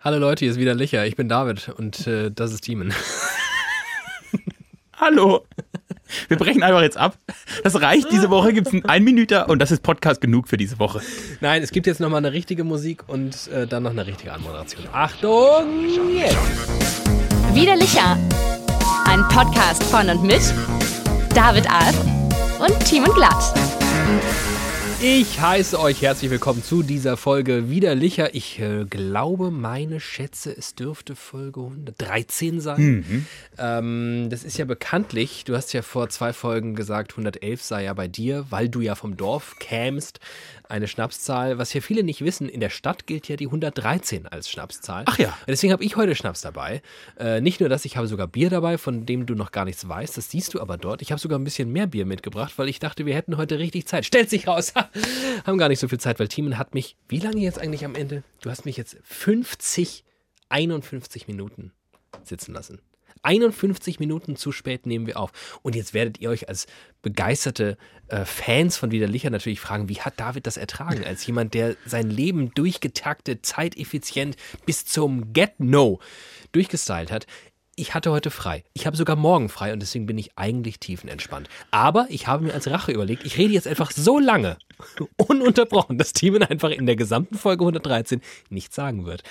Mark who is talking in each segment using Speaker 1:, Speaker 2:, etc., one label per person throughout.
Speaker 1: Hallo Leute, hier ist wieder Licher. Ich bin David und äh, das ist Demon.
Speaker 2: Hallo. Wir brechen einfach jetzt ab. Das reicht. Diese Woche gibt es einen Einminüter und das ist Podcast genug für diese Woche.
Speaker 1: Nein, es gibt jetzt nochmal eine richtige Musik und äh, dann noch eine richtige Anmoderation. Achtung! Jetzt!
Speaker 3: Widerlicher. Ein Podcast von und mit David Alf und Timon Glatt.
Speaker 1: Ich heiße euch herzlich willkommen zu dieser Folge Widerlicher. Ich äh, glaube, meine Schätze, es dürfte Folge 113 sein. Ähm, das ist ja bekanntlich, du hast ja vor zwei Folgen gesagt, 111 sei ja bei dir, weil du ja vom Dorf kämst, eine Schnapszahl. Was hier viele nicht wissen, in der Stadt gilt ja die 113 als Schnapszahl.
Speaker 2: Ach ja.
Speaker 1: Deswegen habe ich heute Schnaps dabei. Äh, nicht nur das, ich habe sogar Bier dabei, von dem du noch gar nichts weißt. Das siehst du aber dort. Ich habe sogar ein bisschen mehr Bier mitgebracht, weil ich dachte, wir hätten heute richtig Zeit. Stellt sich raus. Haben gar nicht so viel Zeit, weil Timon hat mich, wie lange jetzt eigentlich am Ende? Du hast mich jetzt 50, 51 Minuten sitzen lassen. 51 Minuten zu spät nehmen wir auf. Und jetzt werdet ihr euch als begeisterte äh, Fans von Widerlicher natürlich fragen, wie hat David das ertragen? Als jemand, der sein Leben durchgetaktet, zeiteffizient bis zum Get-No durchgestylt hat. Ich hatte heute frei. Ich habe sogar morgen frei und deswegen bin ich eigentlich tiefenentspannt. Aber ich habe mir als Rache überlegt, ich rede jetzt einfach so lange, ununterbrochen, dass Timon einfach in der gesamten Folge 113 nichts sagen wird.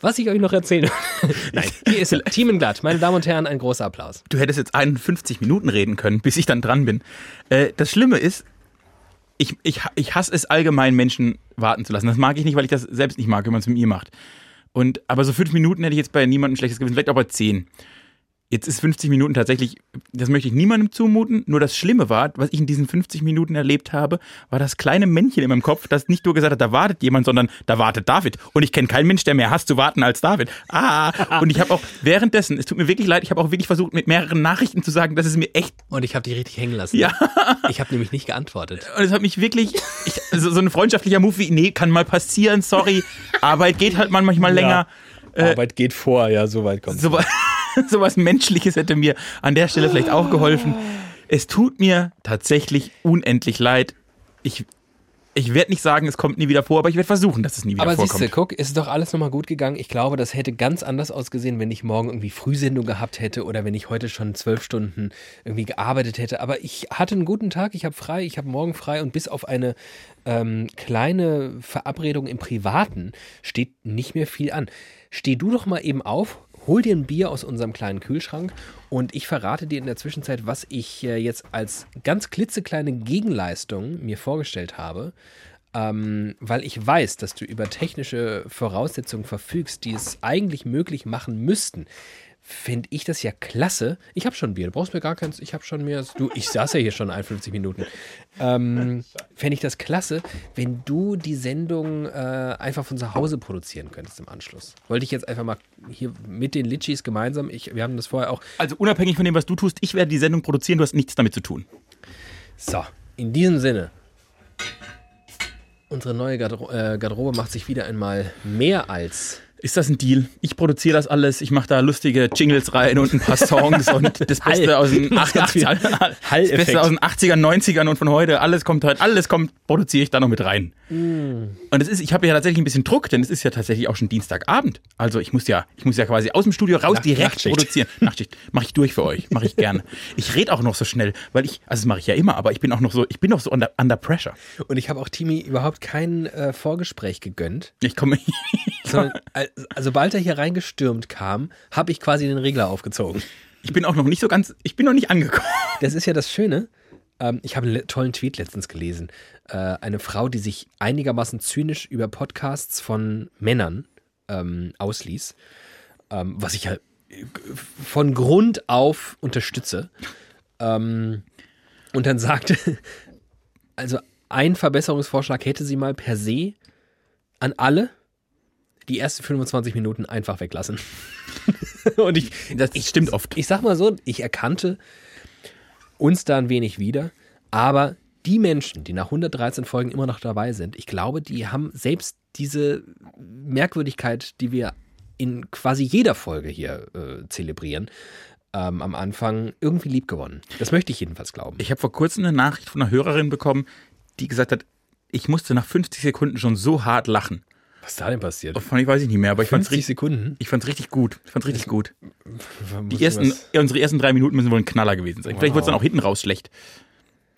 Speaker 1: Was ich euch noch erzählen Nein, hier ist er. Timon Glatt. Meine Damen und Herren, ein großer Applaus.
Speaker 2: Du hättest jetzt 51 Minuten reden können, bis ich dann dran bin. Äh, das Schlimme ist, ich, ich, ich hasse es allgemein, Menschen warten zu lassen. Das mag ich nicht, weil ich das selbst nicht mag, wenn man es mit mir macht. Und, aber so fünf Minuten hätte ich jetzt bei niemandem ein schlechtes Gewissen, vielleicht auch bei zehn. Jetzt ist 50 Minuten tatsächlich, das möchte ich niemandem zumuten. Nur das Schlimme war, was ich in diesen 50 Minuten erlebt habe, war das kleine Männchen in meinem Kopf, das nicht nur gesagt hat, da wartet jemand, sondern da wartet David. Und ich kenne keinen Mensch, der mehr hasst zu warten als David. Ah, und ich habe auch währenddessen, es tut mir wirklich leid, ich habe auch wirklich versucht, mit mehreren Nachrichten zu sagen, dass es mir echt
Speaker 1: Und ich habe dich richtig hängen lassen.
Speaker 2: Ja.
Speaker 1: Ich habe nämlich nicht geantwortet.
Speaker 2: Und es hat mich wirklich, ich, so, so ein freundschaftlicher Move wie, nee, kann mal passieren, sorry. Arbeit geht halt mal manchmal länger.
Speaker 1: Äh, Arbeit geht vor, ja, so weit kommt.
Speaker 2: So, wa- so was Menschliches hätte mir an der Stelle vielleicht auch geholfen. Es tut mir tatsächlich unendlich leid. Ich, ich werde nicht sagen, es kommt nie wieder vor, aber ich werde versuchen, dass es nie wieder
Speaker 1: Aber siehst
Speaker 2: vorkommt.
Speaker 1: du, guck, ist doch alles nochmal gut gegangen. Ich glaube, das hätte ganz anders ausgesehen, wenn ich morgen irgendwie Frühsendung gehabt hätte oder wenn ich heute schon zwölf Stunden irgendwie gearbeitet hätte. Aber ich hatte einen guten Tag, ich habe frei, ich habe morgen frei und bis auf eine ähm, kleine Verabredung im Privaten steht nicht mehr viel an. Steh du doch mal eben auf. Hol dir ein Bier aus unserem kleinen Kühlschrank und ich verrate dir in der Zwischenzeit, was ich äh, jetzt als ganz klitzekleine Gegenleistung mir vorgestellt habe. Ähm, weil ich weiß, dass du über technische Voraussetzungen verfügst, die es eigentlich möglich machen müssten, finde ich das ja klasse. Ich habe schon Bier, du brauchst mir gar keins, ich habe schon mehr. Du, ich saß ja hier schon 51 Minuten. Ähm, fände ich das klasse, wenn du die Sendung äh, einfach von zu Hause produzieren könntest im Anschluss. Wollte ich jetzt einfach mal hier mit den Litschis gemeinsam, ich, wir haben das vorher auch
Speaker 2: Also unabhängig von dem, was du tust, ich werde die Sendung produzieren, du hast nichts damit zu tun.
Speaker 1: So, in diesem Sinne. Unsere neue Gardero äh, Garderobe macht sich wieder einmal mehr als.
Speaker 2: Ist das ein Deal? Ich produziere das alles, ich mache da lustige Jingles rein und ein paar Songs und das Beste aus den 80ern, das
Speaker 1: Hall-Effekt.
Speaker 2: Beste aus den 80ern, 90ern und von heute, alles kommt halt, alles kommt, produziere ich da noch mit rein.
Speaker 1: Mm.
Speaker 2: Und es ist, ich habe ja tatsächlich ein bisschen Druck, denn es ist ja tatsächlich auch schon Dienstagabend. Also ich muss ja, ich muss ja quasi aus dem Studio raus
Speaker 1: Nacht-
Speaker 2: direkt
Speaker 1: Nachtschicht.
Speaker 2: produzieren. Nachtschicht mache ich durch für euch, mache ich gerne. ich rede auch noch so schnell, weil ich, also das mache ich ja immer, aber ich bin auch noch so, ich bin noch so under, under pressure.
Speaker 1: Und ich habe auch Timi überhaupt kein äh, Vorgespräch gegönnt,
Speaker 2: Ich komme,
Speaker 1: sondern äh, sobald er hier reingestürmt kam, habe ich quasi den Regler aufgezogen.
Speaker 2: ich bin auch noch nicht so ganz, ich bin noch nicht angekommen.
Speaker 1: Das ist ja das Schöne. Ähm, ich habe einen le- tollen Tweet letztens gelesen. Äh, eine Frau, die sich einigermaßen zynisch über Podcasts von Männern ähm, ausließ, ähm, was ich ja äh, von Grund auf unterstütze. Ähm, und dann sagte, also ein Verbesserungsvorschlag hätte sie mal per se an alle die ersten 25 Minuten einfach weglassen. und ich,
Speaker 2: Das stimmt oft.
Speaker 1: ich sag mal so, ich erkannte uns da ein wenig wieder, aber die Menschen, die nach 113 Folgen immer noch dabei sind, ich glaube, die haben selbst diese Merkwürdigkeit, die wir in quasi jeder Folge hier äh, zelebrieren, ähm, am Anfang irgendwie lieb gewonnen. Das möchte ich jedenfalls glauben.
Speaker 2: Ich habe vor kurzem eine Nachricht von einer Hörerin bekommen, die gesagt hat, ich musste nach 50 Sekunden schon so hart lachen.
Speaker 1: Was ist da denn passiert?
Speaker 2: Fand ich weiß ich nicht mehr, aber ich fand's
Speaker 1: 50
Speaker 2: richtig,
Speaker 1: Sekunden?
Speaker 2: ich fand's richtig gut. Ich fand's richtig gut.
Speaker 1: Muss
Speaker 2: Die ersten,
Speaker 1: was-
Speaker 2: ja, unsere ersten drei Minuten müssen wohl ein Knaller gewesen sein. Vielleicht
Speaker 1: Wow.
Speaker 2: wird's dann auch hinten raus schlecht.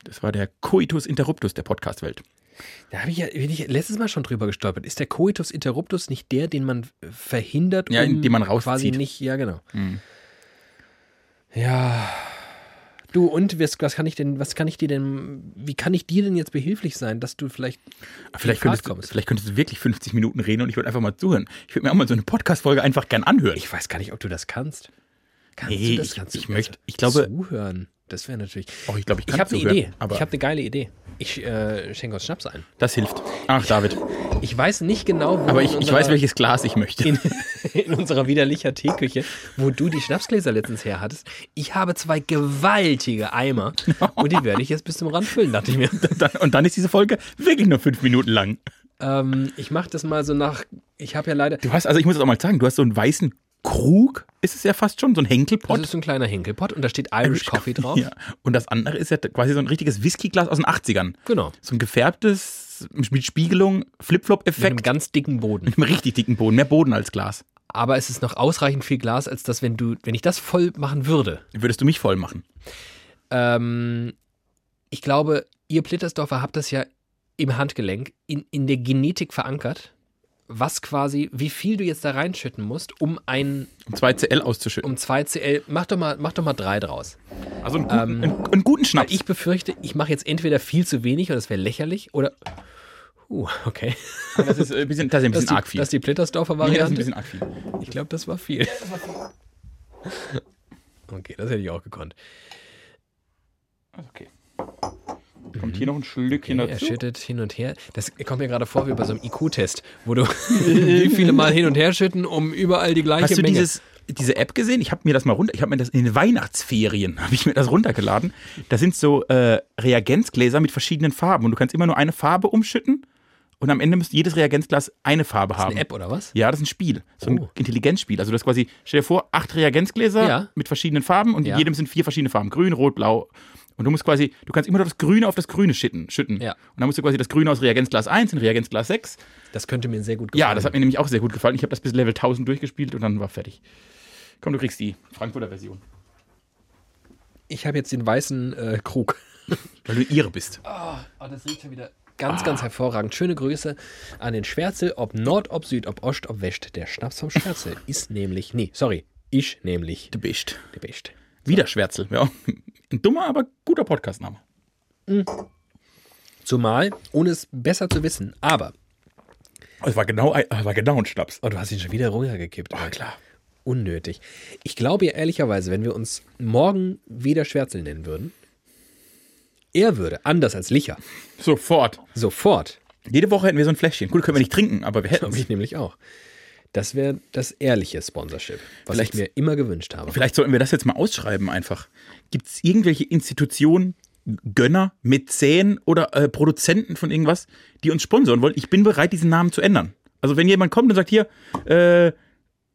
Speaker 2: Das war der Coitus Interruptus der Podcast-Welt.
Speaker 1: Da habe ich ja bin ich letztes Mal schon drüber gestolpert. Ist der Coitus interruptus nicht der, den man äh, verhindert,
Speaker 2: Ja, indem man rauszieht. Mhm.
Speaker 1: quasi nicht, ja genau. Ja. Du und was, was kann ich denn, was kann ich dir denn, wie kann ich dir denn jetzt behilflich sein, dass du vielleicht
Speaker 2: Ah, Vielleicht
Speaker 1: in die Fahrt
Speaker 2: könntest, du, vielleicht könntest du wirklich 50 Minuten reden und ich würde einfach mal zuhören. Ich würde mir auch mal so eine Podcast-Folge einfach gern anhören.
Speaker 1: Ich weiß gar nicht, ob du das kannst. Kannst
Speaker 2: Nee,
Speaker 1: du das?
Speaker 2: ich-
Speaker 1: Kannst du
Speaker 2: ich möchte- ich glaube-
Speaker 1: zuhören. Das wäre natürlich.
Speaker 2: Oh, ich glaube, ich kann
Speaker 1: ich habe eine
Speaker 2: zuhören,
Speaker 1: Idee.
Speaker 2: aber-
Speaker 1: ich habe eine geile Idee. Ich äh, schenke uns Schnaps ein.
Speaker 2: Das hilft. Ach, David.
Speaker 1: Ich weiß nicht genau, wo
Speaker 2: Aber ich,
Speaker 1: in
Speaker 2: ich
Speaker 1: unserer-
Speaker 2: weiß, welches Glas ich möchte.
Speaker 1: in, in unserer widerlicher Teeküche, wo du die Schnapsgläser letztens her hattest. Ich habe zwei gewaltige Eimer und die werde ich jetzt bis zum Rand füllen, dachte ich mir.
Speaker 2: Dann- Und dann ist diese Folge wirklich nur fünf Minuten lang.
Speaker 1: Ähm, ich mache das mal so nach. Ich habe ja leider.
Speaker 2: Du hast, also ich muss es auch mal sagen, du hast so einen weißen Krug, ist es ja fast schon, so ein
Speaker 1: Das
Speaker 2: Henkelpott.
Speaker 1: ist so ein kleiner Hinkelpott und da steht Irish Coffee drauf.
Speaker 2: Ja. Und das andere ist ja quasi so ein richtiges Whiskyglas aus den 80ern.
Speaker 1: Genau.
Speaker 2: So ein gefärbtes, mit Spiegelung,
Speaker 1: Mit einem
Speaker 2: Flip-Flop-Effekt.
Speaker 1: ganz dicken Boden.
Speaker 2: Mit einem richtig dicken Boden, mehr Boden als Glas.
Speaker 1: Aber es ist noch ausreichend viel Glas, als dass, wenn du, wenn ich das voll machen würde.
Speaker 2: Würdest du mich voll machen?
Speaker 1: Ähm, ich glaube, ihr Plittersdorfer habt das ja im Handgelenk, in, in der Genetik verankert, was quasi, wie viel du jetzt da reinschütten musst, um einen
Speaker 2: Um 2CL auszuschütten.
Speaker 1: um 2CL, mach doch mal, mach doch mal drei draus.
Speaker 2: Also einen guten, einen, einen guten
Speaker 1: Weil
Speaker 2: Schnaps.
Speaker 1: ich befürchte, ich mache jetzt entweder viel zu wenig und das wäre lächerlich oder. Uh, okay.
Speaker 2: das ist äh, ein bisschen, das ist
Speaker 1: Das
Speaker 2: ein bisschen
Speaker 1: ist die,
Speaker 2: arg viel.
Speaker 1: Das ist die Plittersdorfer
Speaker 2: Nee, das
Speaker 1: Variante.
Speaker 2: ist ein bisschen arg viel.
Speaker 1: ich glaube, das war viel. Okay, das hätte ich auch gekonnt.
Speaker 2: Okay. Kommt hier noch ein Schlückchen
Speaker 1: Er
Speaker 2: dazu?
Speaker 1: schüttet hin und her. Das kommt mir gerade vor wie bei so einem IQ-Test, wo du wie viele Mal hin und her schütten, um überall die gleiche
Speaker 2: Hast du
Speaker 1: Menge.
Speaker 2: dieses, diese App gesehen? Ich habe mir das mal runter, ich habe mir das in den Weihnachtsferien, habe ich mir das runtergeladen. Da sind so äh, Reagenzgläser mit verschiedenen Farben und du kannst immer nur eine Farbe umschütten und am Ende müsste jedes Reagenzglas eine Farbe haben.
Speaker 1: eine App oder was?
Speaker 2: Ja, das ist ein Spiel, so ein
Speaker 1: Oh.
Speaker 2: Intelligenzspiel. Also das ist quasi, stell dir vor, acht Reagenzgläser
Speaker 1: Ja.
Speaker 2: mit verschiedenen Farben und
Speaker 1: Ja.
Speaker 2: in jedem sind vier verschiedene Farben, grün, rot, blau. Und du musst quasi, du kannst immer nur das Grüne auf das Grüne schütten. schütten.
Speaker 1: Ja.
Speaker 2: Und dann musst du quasi das Grüne aus Reagenzglas 1 in Reagenzglas 6
Speaker 1: Das könnte mir sehr gut gefallen.
Speaker 2: ja, das hat mir nämlich auch sehr gut gefallen. Ich habe das bis Level 1000 durchgespielt und dann war fertig. Komm, du kriegst die Frankfurter Version.
Speaker 1: ich habe jetzt den weißen äh, Krug.
Speaker 2: Weil du ihre bist.
Speaker 1: Oh, das riecht schon wieder Ah. ganz, ganz hervorragend. Schöne Grüße an den Schwärzel, ob Nord, ob Süd, ob Ost, ob West. Der Schnaps vom Schwärzel ist nämlich, nee, sorry, ich nämlich
Speaker 2: Du bist.
Speaker 1: der Beste.
Speaker 2: Wieder Schwärzel. Ja. Ein dummer, aber guter Podcastname.
Speaker 1: Zumal, ohne es besser zu wissen, aber,
Speaker 2: Es war genau, ein- es war genau ein Schnaps.
Speaker 1: oh, du hast ihn schon wieder runtergekippt. Ah,
Speaker 2: klar.
Speaker 1: Unnötig. Ich glaube ja ehrlicherweise, wenn wir uns morgen wieder Schwärzel nennen würden, er würde, anders als Licher,
Speaker 2: Sofort.
Speaker 1: sofort,
Speaker 2: Jede Woche hätten wir so ein Fläschchen. Gut, können wir nicht trinken, aber wir hätten
Speaker 1: glaube ich nämlich auch, das wäre das ehrliche Sponsorship, was
Speaker 2: Vielleicht-
Speaker 1: ich mir immer gewünscht habe.
Speaker 2: Vielleicht sollten wir das jetzt mal ausschreiben einfach. Gibt es irgendwelche Institutionen, Gönner, Mäzen oder äh, Produzenten von irgendwas, die uns sponsoren wollen? Ich bin bereit, diesen Namen zu ändern. Also wenn jemand kommt und sagt, hier, äh,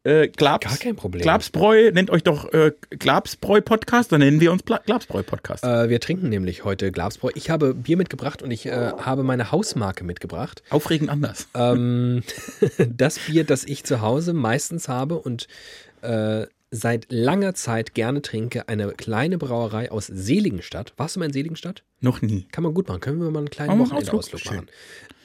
Speaker 2: äh, Glabs,
Speaker 1: Gar kein Problem.
Speaker 2: Glabsbräu, nennt euch doch äh, Glabsbräu-Podcast, dann nennen wir uns Pla- Glabsbräu-Podcast.
Speaker 1: Äh, wir trinken nämlich heute Glabsbräu. Ich habe Bier mitgebracht und ich äh, habe meine Hausmarke mitgebracht.
Speaker 2: Aufregend anders.
Speaker 1: Ähm, das Bier, das ich zu Hause meistens habe und äh, seit langer Zeit gerne trinke, eine kleine Brauerei aus Seligenstadt. Warst du mal in Seligenstadt?
Speaker 2: Noch nie.
Speaker 1: Kann man gut machen. Können wir mal einen kleinen
Speaker 2: Machen wir einen
Speaker 1: Wochenendausflug
Speaker 2: Ausflug?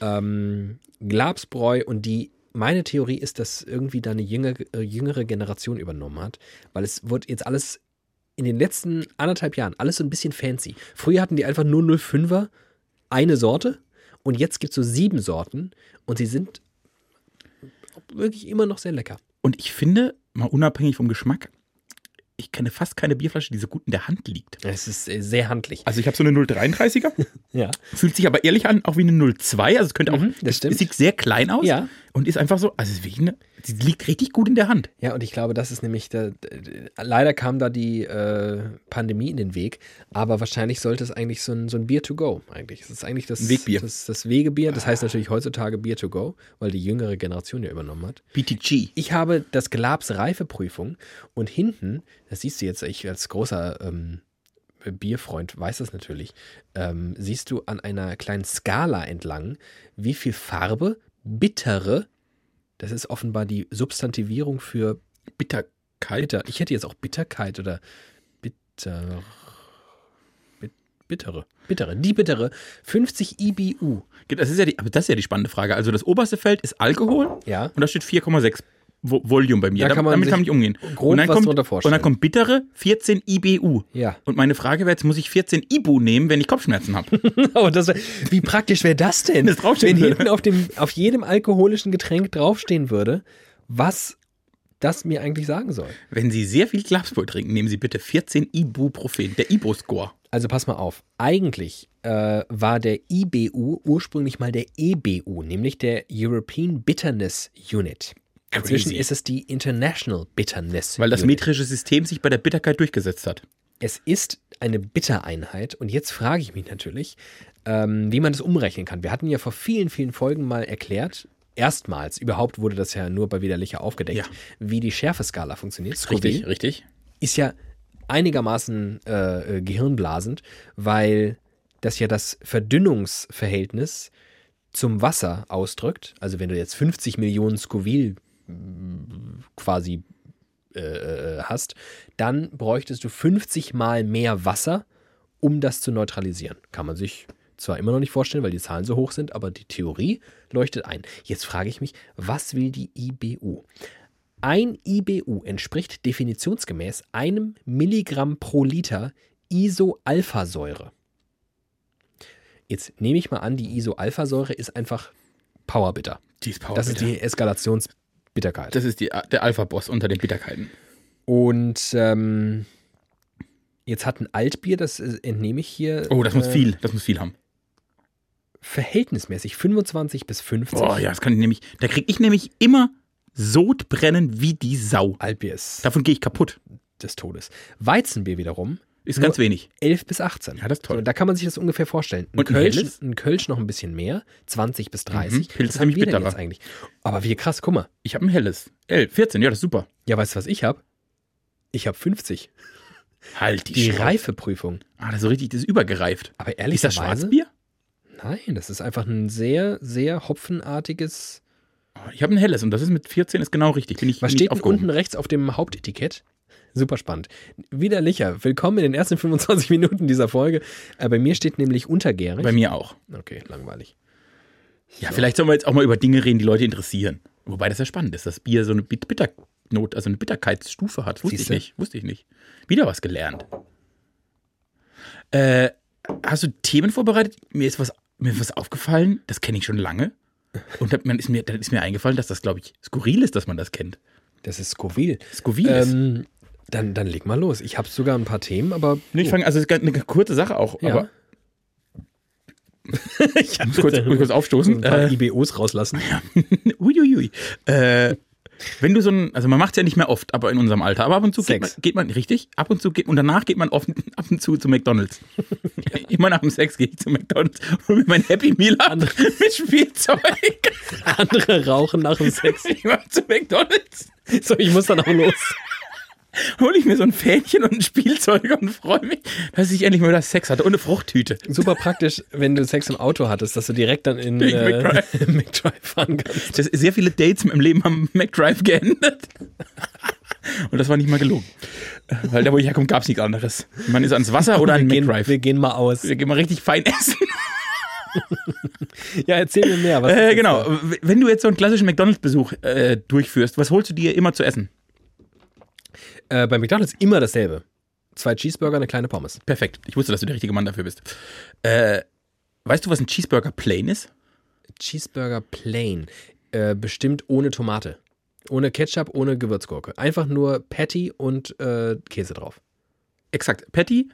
Speaker 1: machen. Ähm, Glabsbräu und die, meine Theorie ist, dass irgendwie da eine jüngere, äh, jüngere Generation übernommen hat, weil es wird jetzt alles in den letzten anderthalb Jahren alles so ein bisschen fancy. Früher hatten die einfach nur 05er, eine Sorte und jetzt gibt es so sieben Sorten und sie sind wirklich immer noch sehr lecker.
Speaker 2: Und ich finde, mal unabhängig vom Geschmack, ich kenne fast keine Bierflasche, die so gut in der Hand liegt.
Speaker 1: Es ist äh, sehr handlich.
Speaker 2: Also ich habe so eine 0,33er.
Speaker 1: Ja.
Speaker 2: Fühlt sich aber ehrlich an, auch wie eine 02. Also es könnte auch,
Speaker 1: Mhm, das
Speaker 2: es-
Speaker 1: stimmt.
Speaker 2: es sieht sehr klein aus
Speaker 1: Ja.
Speaker 2: und ist einfach so, also es ist wirklich eine, sie liegt richtig gut in der Hand.
Speaker 1: Ja, und ich glaube, das ist nämlich, der, leider kam da die äh, Pandemie in den Weg, aber wahrscheinlich sollte es eigentlich so ein, so ein Bier to go eigentlich. Es ist eigentlich das
Speaker 2: Ein Wegbier. Ah.
Speaker 1: Das, das Wegebier, das heißt natürlich heutzutage Bier to go, weil die jüngere Generation ja übernommen hat.
Speaker 2: BTG.
Speaker 1: Ich habe das Glabs Reifeprüfung und hinten, das siehst du jetzt, ich als großer ähm, Bierfreund weiß das natürlich, ähm, siehst du an einer kleinen Skala entlang, wie viel Farbe bittere Das ist offenbar die Substantivierung für
Speaker 2: Bitterkeit.
Speaker 1: bitter. Ich hätte jetzt auch Bitterkeit oder bitter. bit- Bittere. Bittere. Die bittere. 50 IBU.
Speaker 2: Das ist ja die, aber das ist ja die spannende Frage. Also das oberste Feld ist Alkohol
Speaker 1: Ja.
Speaker 2: und da steht 4,6 Vo- Volume bei mir.
Speaker 1: Da kann man
Speaker 2: Damit kann man
Speaker 1: sich
Speaker 2: nicht umgehen.
Speaker 1: grob
Speaker 2: und dann
Speaker 1: was
Speaker 2: kommt,
Speaker 1: drunter vorstellen.
Speaker 2: Und dann kommt bittere 14 IBU.
Speaker 1: Ja.
Speaker 2: Und meine Frage wäre, jetzt muss ich 14 Ibu nehmen, wenn ich Kopfschmerzen habe.
Speaker 1: Oh, das, wär- wie praktisch wäre das denn?
Speaker 2: Das draufstehen
Speaker 1: Wenn
Speaker 2: würde.
Speaker 1: hinten auf, dem, auf jedem alkoholischen Getränk draufstehen würde, was das mir eigentlich sagen soll.
Speaker 2: wenn Sie sehr viel Glapswohl trinken, nehmen Sie bitte 14 Ibuprofen, der Ibu-Score.
Speaker 1: Also pass mal auf. Eigentlich äh, war der IBU ursprünglich mal der EBU, nämlich der European Bitterness Unit. Inzwischen
Speaker 2: Crazy.
Speaker 1: ist es die International Bitterness
Speaker 2: Weil das
Speaker 1: Unit.
Speaker 2: metrische System sich bei der Bitterkeit durchgesetzt hat.
Speaker 1: Es ist eine Bittereinheit und jetzt frage ich mich natürlich, ähm, wie man das umrechnen kann. Wir hatten ja vor vielen, vielen Folgen mal erklärt, erstmals, überhaupt wurde das ja nur bei Widerlicher aufgedeckt,
Speaker 2: Ja.
Speaker 1: wie die Schärfeskala funktioniert. Scoville
Speaker 2: richtig.
Speaker 1: Ist ja einigermaßen äh, äh, gehirnblasend, weil das ja das Verdünnungsverhältnis zum Wasser ausdrückt. Also wenn du jetzt 50 Millionen Scoville mh, quasi äh, äh, hast, dann bräuchtest du 50 mal mehr Wasser, um das zu neutralisieren. Kann man sich zwar immer noch nicht vorstellen, weil die Zahlen so hoch sind, aber die Theorie leuchtet ein. Jetzt frage ich mich, was will die IBU? Ein IBU entspricht definitionsgemäß einem Milligramm pro Liter Isoalphasäure. Jetzt nehme ich mal an, die Isoalphasäure ist einfach Powerbitter.
Speaker 2: Die ist Power
Speaker 1: Das ist die Eskalationsbitterkeit.
Speaker 2: das ist die, der Alpha-Boss unter den Bitterkeiten.
Speaker 1: Und ähm, jetzt hat ein Altbier, das äh, entnehme ich hier.
Speaker 2: Oh, das muss
Speaker 1: äh,
Speaker 2: viel, das muss viel haben.
Speaker 1: Verhältnismäßig 25 bis 50.
Speaker 2: Boah, Oh, ja, das kann ich nämlich, da kriege ich nämlich immer Sodbrennen wie die Sau.
Speaker 1: Altbier ist
Speaker 2: Davon gehe ich kaputt.
Speaker 1: des Todes. Weizenbier wiederum
Speaker 2: Ist
Speaker 1: Nur-
Speaker 2: ganz wenig.
Speaker 1: 11 bis 18.
Speaker 2: Ja, das ist toll.
Speaker 1: So, da kann man sich das ungefähr vorstellen.
Speaker 2: Und ein helles?
Speaker 1: Kölsch, ein Kölsch noch ein bisschen mehr, 20 bis 30.
Speaker 2: Mhm, Pilz
Speaker 1: Was
Speaker 2: ist
Speaker 1: haben
Speaker 2: nämlich
Speaker 1: wir denn
Speaker 2: bitterer.
Speaker 1: jetzt eigentlich? Aber wie krass, guck mal.
Speaker 2: Ich habe ein helles. L, 14, ja, das ist super.
Speaker 1: Ja, weißt du, was ich habe? Ich habe 50.
Speaker 2: Halt die,
Speaker 1: Die
Speaker 2: Schnauze.
Speaker 1: Reifeprüfung.
Speaker 2: Ah, das ist so richtig, das ist übergereift.
Speaker 1: Aber
Speaker 2: Ist das
Speaker 1: ehrlicherweise.
Speaker 2: Schwarzbier?
Speaker 1: Nein, das ist einfach ein sehr, sehr hopfenartiges.
Speaker 2: Oh, Ich habe ein helles und das ist mit 14 ist genau richtig. Bin ich
Speaker 1: Was
Speaker 2: nicht
Speaker 1: steht denn
Speaker 2: aufgehoben.
Speaker 1: unten rechts auf dem Hauptetikett? Super spannend. Widerlicher. Willkommen in den ersten 25 Minuten dieser Folge. Äh, bei mir steht nämlich untergärig.
Speaker 2: Bei mir auch.
Speaker 1: okay, langweilig.
Speaker 2: Ja, vielleicht sollen wir jetzt auch mal über Dinge reden, die Leute interessieren. Wobei das ja spannend ist, dass Bier so eine Bit- Bitternot, also eine Bitterkeitsstufe hat. Wusste
Speaker 1: Siehste?
Speaker 2: ich nicht. Wusste ich nicht. Wieder was gelernt. Äh, hast du Themen vorbereitet? Mir ist was, mir ist was aufgefallen, das kenne ich schon lange. Und dann ist mir, dann ist mir eingefallen, dass das, glaube ich, skurril ist, dass man das kennt.
Speaker 1: Das ist Scoville.
Speaker 2: Skurril ist.
Speaker 1: Ähm, dann, dann leg mal los. Ich habe sogar ein paar Themen, aber. oh,
Speaker 2: Nee, Ich fange, also es ist eine kurze Sache auch,
Speaker 1: Ja.
Speaker 2: aber
Speaker 1: ich
Speaker 2: muss kurz, muss kurz
Speaker 1: ein
Speaker 2: aufstoßen.
Speaker 1: paar
Speaker 2: Äh,
Speaker 1: IBOs rauslassen.
Speaker 2: Uiuiui. Äh, wenn du so ein, also man macht es ja nicht mehr oft, aber in unserem Alter, aber ab und zu geht man,
Speaker 1: Sex.
Speaker 2: geht man, richtig, ab und zu geht, und danach geht man oft, ab und zu zu McDonalds. Immer nach dem Sex gehe ich zu McDonalds und mir mein Happy Meal ab mit Spielzeug.
Speaker 1: Andere rauchen nach dem Sex.
Speaker 2: ich mache zu McDonalds,
Speaker 1: So, ich muss dann auch los.
Speaker 2: hole ich mir so ein Fähnchen und ein Spielzeug und freue mich, dass ich endlich mal wieder Sex hatte und eine Fruchttüte.
Speaker 1: Super praktisch, wenn du Sex im Auto hattest, dass du direkt dann in
Speaker 2: Big
Speaker 1: äh, McDrive fahren kannst.
Speaker 2: Das, sehr viele Dates in meinem Leben haben McDrive geendet. Und das war nicht mal gelogen. Weil da, wo ich herkomme, gab es nichts anderes. Man ist ans Wasser oder an
Speaker 1: Wir gehen,
Speaker 2: McDrive.
Speaker 1: wir gehen mal aus.
Speaker 2: Wir gehen mal richtig fein essen.
Speaker 1: Ja, erzähl mir mehr. Was ist
Speaker 2: Äh,
Speaker 1: das
Speaker 2: genau. W- Wenn du jetzt so einen klassischen McDonalds-Besuch äh, durchführst, was holst du dir immer zu essen?
Speaker 1: da? Äh, bei McDonalds immer dasselbe. Zwei Cheeseburger, eine kleine Pommes.
Speaker 2: Perfekt. Ich wusste, dass du der richtige Mann dafür bist. Äh, weißt du, was ein Cheeseburger Plain ist?
Speaker 1: Cheeseburger plain. Äh, bestimmt ohne Tomate. Ohne Ketchup, ohne Gewürzgurke. Einfach nur Patty und äh, Käse drauf.
Speaker 2: Exakt. Patty,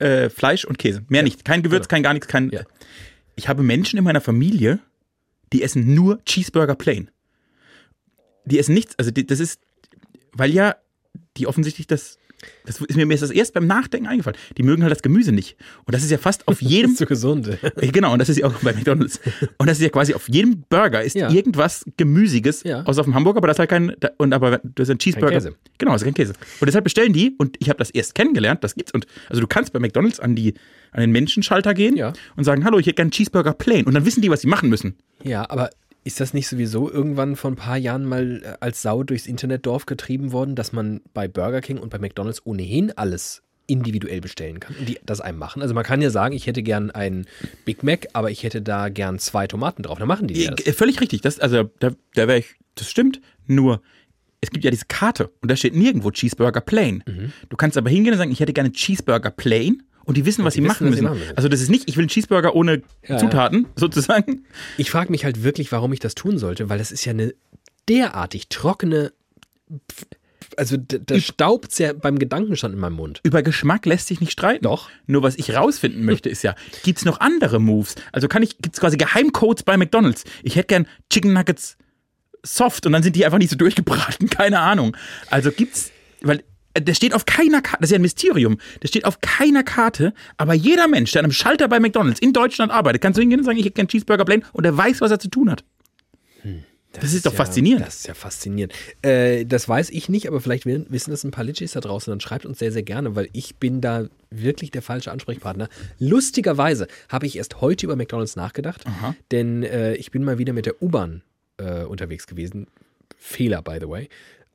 Speaker 2: äh, Fleisch und Käse. Mehr nicht. Kein Gewürz, kein gar nichts, kein.
Speaker 1: Ja.
Speaker 2: Ich habe Menschen in meiner Familie, die essen nur Cheeseburger Plain. Die essen nichts. Also die, das ist, weil ja die offensichtlich das. Das ist mir, mir ist das erst beim Nachdenken eingefallen. Die mögen halt das Gemüse nicht. Und das ist ja fast auf jedem
Speaker 1: Zu gesund.
Speaker 2: Ja, Genau, und das ist ja auch bei McDonalds. Und das ist ja quasi auf jedem Burger ist
Speaker 1: Ja.
Speaker 2: irgendwas Gemüsiges,
Speaker 1: Ja.
Speaker 2: außer auf dem Hamburger, aber das ist halt kein, da- und aber das ist ein Cheeseburger.
Speaker 1: Käse.
Speaker 2: Genau, das ist kein Käse. Und deshalb bestellen die, und ich habe das erst kennengelernt, das gibt's. Und also du kannst bei McDonalds an, die, an den Menschenschalter gehen
Speaker 1: Ja.
Speaker 2: und sagen, hallo, ich hätte gerne einen Cheeseburger plain. Und dann wissen die, was sie machen müssen.
Speaker 1: ja, aber Ist das nicht sowieso irgendwann vor ein paar Jahren mal äh, als Sau durchs Internetdorf getrieben worden, dass man bei Burger King und bei McDonalds ohnehin alles individuell bestellen kann und die das einem machen? Also man kann ja sagen, ich hätte gern einen Big Mac, aber ich hätte da gern zwei Tomaten drauf. Dann machen die dir das.
Speaker 2: Äh, Völlig richtig. Das, also, da, da wäre ich. Das stimmt. Nur, es gibt ja diese Karte und da steht nirgendwo Cheeseburger Plain. Du kannst aber hingehen und sagen, ich hätte gerne Cheeseburger Plain. Und die wissen, was
Speaker 1: die
Speaker 2: sie
Speaker 1: wissen,
Speaker 2: machen
Speaker 1: was sie
Speaker 2: müssen.
Speaker 1: machen müssen.
Speaker 2: Also das ist nicht, ich will einen Cheeseburger ohne
Speaker 1: Ja,
Speaker 2: Zutaten, sozusagen.
Speaker 1: Ich frage mich halt wirklich, warum ich das tun sollte, weil das ist ja eine derartig trockene. Also d- da staubt ja beim Gedanken schon in meinem Mund.
Speaker 2: Über Geschmack lässt sich nicht streiten.
Speaker 1: Doch.
Speaker 2: Nur was ich rausfinden möchte, ist ja, gibt's noch andere Moves? Also kann ich, gibt's quasi Geheimcodes bei McDonalds? Ich hätte gern Chicken Nuggets soft und dann sind die einfach nicht so durchgebraten. Keine Ahnung. Also gibt's, weil äh, das steht auf keiner Karte, das ist ja ein Mysterium, das steht auf keiner Karte, aber jeder Mensch, der an einem Schalter bei McDonalds in Deutschland arbeitet, kann so hingehen und sagen, ich hätte gern Cheeseburger Plain und er weiß, was er zu tun hat. Das, ist doch
Speaker 1: ja,
Speaker 2: faszinierend.
Speaker 1: Das ist ja faszinierend. Äh, das weiß ich nicht, aber vielleicht wi- wissen das ein paar Litschis da draußen. Dann schreibt uns sehr, sehr gerne, weil ich bin da wirklich der falsche Ansprechpartner. Lustigerweise habe ich erst heute über McDonalds nachgedacht, denn äh, ich bin mal wieder mit der U-Bahn äh, unterwegs gewesen. Fehler, by the way.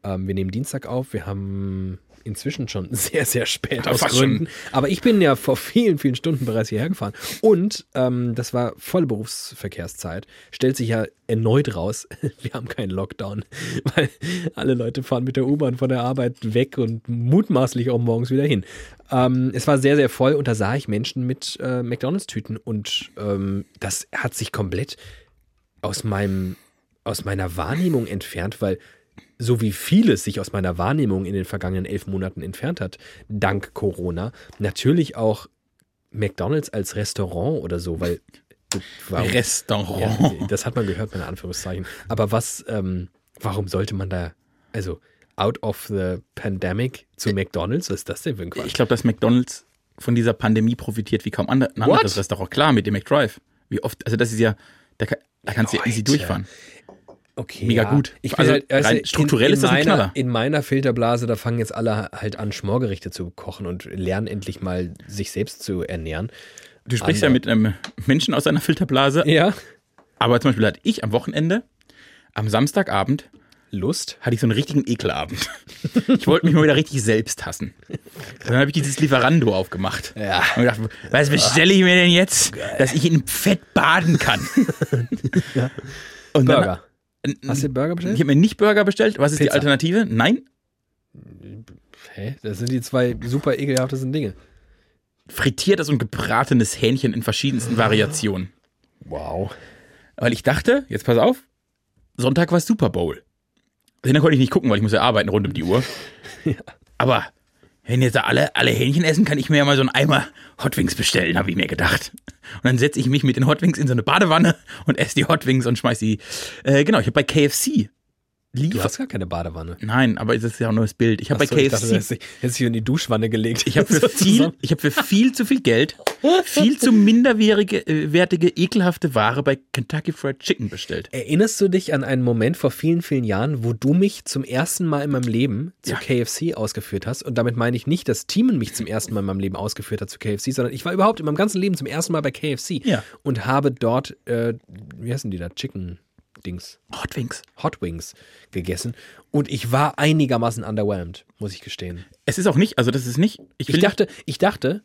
Speaker 1: Ähm, wir nehmen Dienstag auf. Wir haben inzwischen schon sehr, sehr spät aus
Speaker 2: fast schon.
Speaker 1: Gründen. Aber ich bin ja vor vielen, vielen Stunden bereits hierher gefahren. Und ähm, das war volle Berufsverkehrszeit. Stellt sich ja erneut raus, wir haben keinen Lockdown, weil alle Leute fahren mit der U-Bahn von der Arbeit weg und mutmaßlich auch morgens wieder hin. Ähm, es war sehr, sehr voll und da sah ich Menschen mit äh, McDonalds-Tüten und ähm, das hat sich komplett aus meinem aus meiner Wahrnehmung entfernt, weil so wie vieles sich aus meiner Wahrnehmung in den vergangenen elf Monaten entfernt hat, dank Corona, natürlich auch McDonalds als Restaurant oder so, weil warum,
Speaker 2: Restaurant.
Speaker 1: ja, das hat man gehört, meine Anführungszeichen. Aber was, ähm, warum sollte man da, also out of the pandemic zu McDonalds, was ist das denn für ein Quatsch?
Speaker 2: Ich glaube, dass McDonalds von dieser Pandemie profitiert wie kaum ander, ein anderes
Speaker 1: What?
Speaker 2: Restaurant. Klar, mit dem McDrive. Wie oft, also das ist ja, da, kann, da kannst du ja easy
Speaker 1: Leute.
Speaker 2: durchfahren.
Speaker 1: Okay,
Speaker 2: Mega gut.
Speaker 1: Ich
Speaker 2: Also
Speaker 1: also, halt, also
Speaker 2: rein strukturell
Speaker 1: in, in
Speaker 2: ist das ein
Speaker 1: meiner,
Speaker 2: Knaller.
Speaker 1: In meiner Filterblase, da fangen jetzt alle halt an, Schmorgerichte zu kochen und lernen endlich mal, sich selbst zu ernähren.
Speaker 2: Du sprichst
Speaker 1: Andere.
Speaker 2: ja mit einem Menschen aus seiner Filterblase.
Speaker 1: Ja.
Speaker 2: Aber zum Beispiel hatte ich am Wochenende, am Samstagabend,
Speaker 1: Lust?
Speaker 2: hatte ich so einen richtigen Ekelabend. Ich wollte mich mal wieder richtig selbst hassen. Und dann habe ich dieses Lieferando aufgemacht.
Speaker 1: Ja.
Speaker 2: Und gedacht, was bestelle ich mir denn jetzt, dass ich in Fett baden kann? Und dann-
Speaker 1: Burger. mm. Hast du den Burger
Speaker 2: Ich
Speaker 1: bestellt?
Speaker 2: habe mir nicht Burger bestellt. Was ist die
Speaker 1: Pizza.
Speaker 2: Alternative? Nein,
Speaker 1: Hä? Das sind die zwei super ekelhaftesten Dinge.
Speaker 2: frittiertes und gebratenes Hähnchen in verschiedensten Variationen.
Speaker 1: Wow.
Speaker 2: Weil ich dachte, jetzt pass auf, Sonntag war Super Bowl. Den konnte ich nicht gucken, weil ich muss ja arbeiten rund um die Uhr. Aber wenn jetzt da alle, alle Hähnchen essen, kann ich mir ja mal so einen Eimer Hot Wings bestellen, habe ich mir gedacht. Und dann setze ich mich mit den Hot Wings in so eine Badewanne und esse die Hot Wings und schmeiß die. Äh, genau, ich habe bei KFC
Speaker 1: Du
Speaker 2: liefer.
Speaker 1: hast gar keine Badewanne.
Speaker 2: Nein, aber es ist ja auch nur das Bild. Ich habe bei
Speaker 1: Achso, ich
Speaker 2: KFC.
Speaker 1: dachte, du hättest dich- hättest dich in die Duschwanne gelegt.
Speaker 2: Ich habe für,
Speaker 1: So
Speaker 2: viel,
Speaker 1: zusammen.
Speaker 2: ich hab für viel zu viel Geld viel zu minderwertige, äh, wertige, ekelhafte Ware bei Kentucky Fried Chicken bestellt.
Speaker 1: Erinnerst du dich an einen Moment vor vielen, vielen Jahren, wo du mich zum ersten Mal in meinem Leben zu
Speaker 2: Ja.
Speaker 1: KFC ausgeführt hast? Und damit meine ich nicht, dass Timon mich zum ersten Mal in meinem Leben ausgeführt hat zu KFC, sondern ich war überhaupt in meinem ganzen Leben zum ersten Mal bei KFC
Speaker 2: Ja.
Speaker 1: und habe dort, äh, wie heißen die da, Chicken-Dings,
Speaker 2: Hot Wings.
Speaker 1: Hot Wings gegessen. Und ich war einigermaßen underwhelmed, muss ich gestehen.
Speaker 2: Es ist auch nicht, also das ist nicht. Ich, will
Speaker 1: Ich dachte, ich dachte,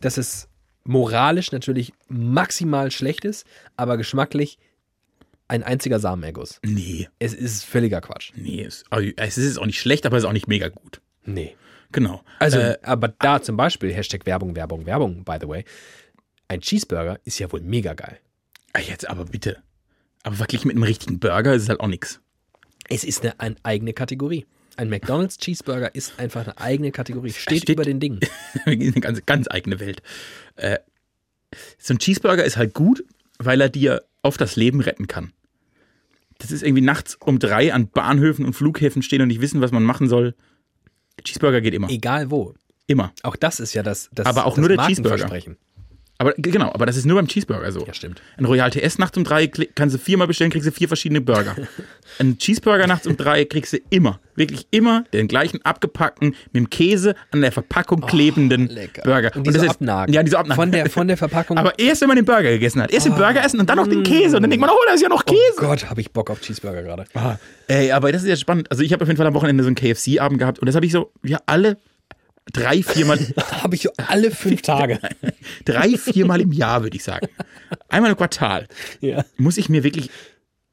Speaker 1: dass es moralisch natürlich maximal schlecht ist, aber geschmacklich ein einziger Samenerguss.
Speaker 2: Nee,
Speaker 1: Es ist völliger Quatsch.
Speaker 2: nee. Es, also es ist auch nicht schlecht, aber es ist auch nicht mega gut.
Speaker 1: Nee.
Speaker 2: Genau.
Speaker 1: Also,
Speaker 2: äh,
Speaker 1: aber da zum Beispiel, Hashtag Werbung, Werbung, Werbung, by the way, ein Cheeseburger ist ja wohl mega geil.
Speaker 2: ah, jetzt aber bitte. Aber verglichen mit einem richtigen Burger ist es halt auch nichts.
Speaker 1: Es ist eine, eine eigene Kategorie. Ein McDonald's Cheeseburger ist einfach eine eigene Kategorie. Steht,
Speaker 2: Steht-
Speaker 1: über den Dingen.
Speaker 2: eine ganz, ganz eigene Welt. Äh, so ein Cheeseburger ist halt gut, weil er dir oft das Leben retten kann. Das ist irgendwie nachts um drei an Bahnhöfen und Flughäfen stehen und nicht wissen, was man machen soll. Cheeseburger geht immer.
Speaker 1: Egal wo.
Speaker 2: Immer.
Speaker 1: Auch das ist ja das, das
Speaker 2: Aber auch
Speaker 1: das
Speaker 2: nur der
Speaker 1: Markenversprechen.
Speaker 2: Aber g- genau, aber das ist nur beim Cheeseburger so.
Speaker 1: Ja, stimmt.
Speaker 2: Ein Royal TS nachts um drei kli- kannst du viermal bestellen, kriegst du vier verschiedene Burger. Ein Cheeseburger nachts um drei kriegst du immer, wirklich immer den gleichen abgepackten, mit dem Käse an der Verpackung klebenden
Speaker 1: Oh, lecker.
Speaker 2: Burger.
Speaker 1: Und diese
Speaker 2: das ist-
Speaker 1: Abnagen.
Speaker 2: Ja, diese Abnagen.
Speaker 1: Von der- von der Verpackung.
Speaker 2: Aber erst, wenn man den Burger gegessen hat. Erst den Burger essen und dann noch den Käse. Und dann denkt man, Ah, oh, da ist ja noch Käse.
Speaker 1: Oh Gott, habe ich Bock auf Cheeseburger gerade.
Speaker 2: Ah, ey, aber das ist ja spannend. Also ich habe auf jeden Fall am Wochenende so einen KFC-Abend gehabt und das habe ich so, ja, alle drei, viermal,
Speaker 1: Habe ich alle fünf Tage.
Speaker 2: drei, viermal im Jahr, würde ich sagen. Einmal im Quartal
Speaker 1: ja.
Speaker 2: muss ich mir wirklich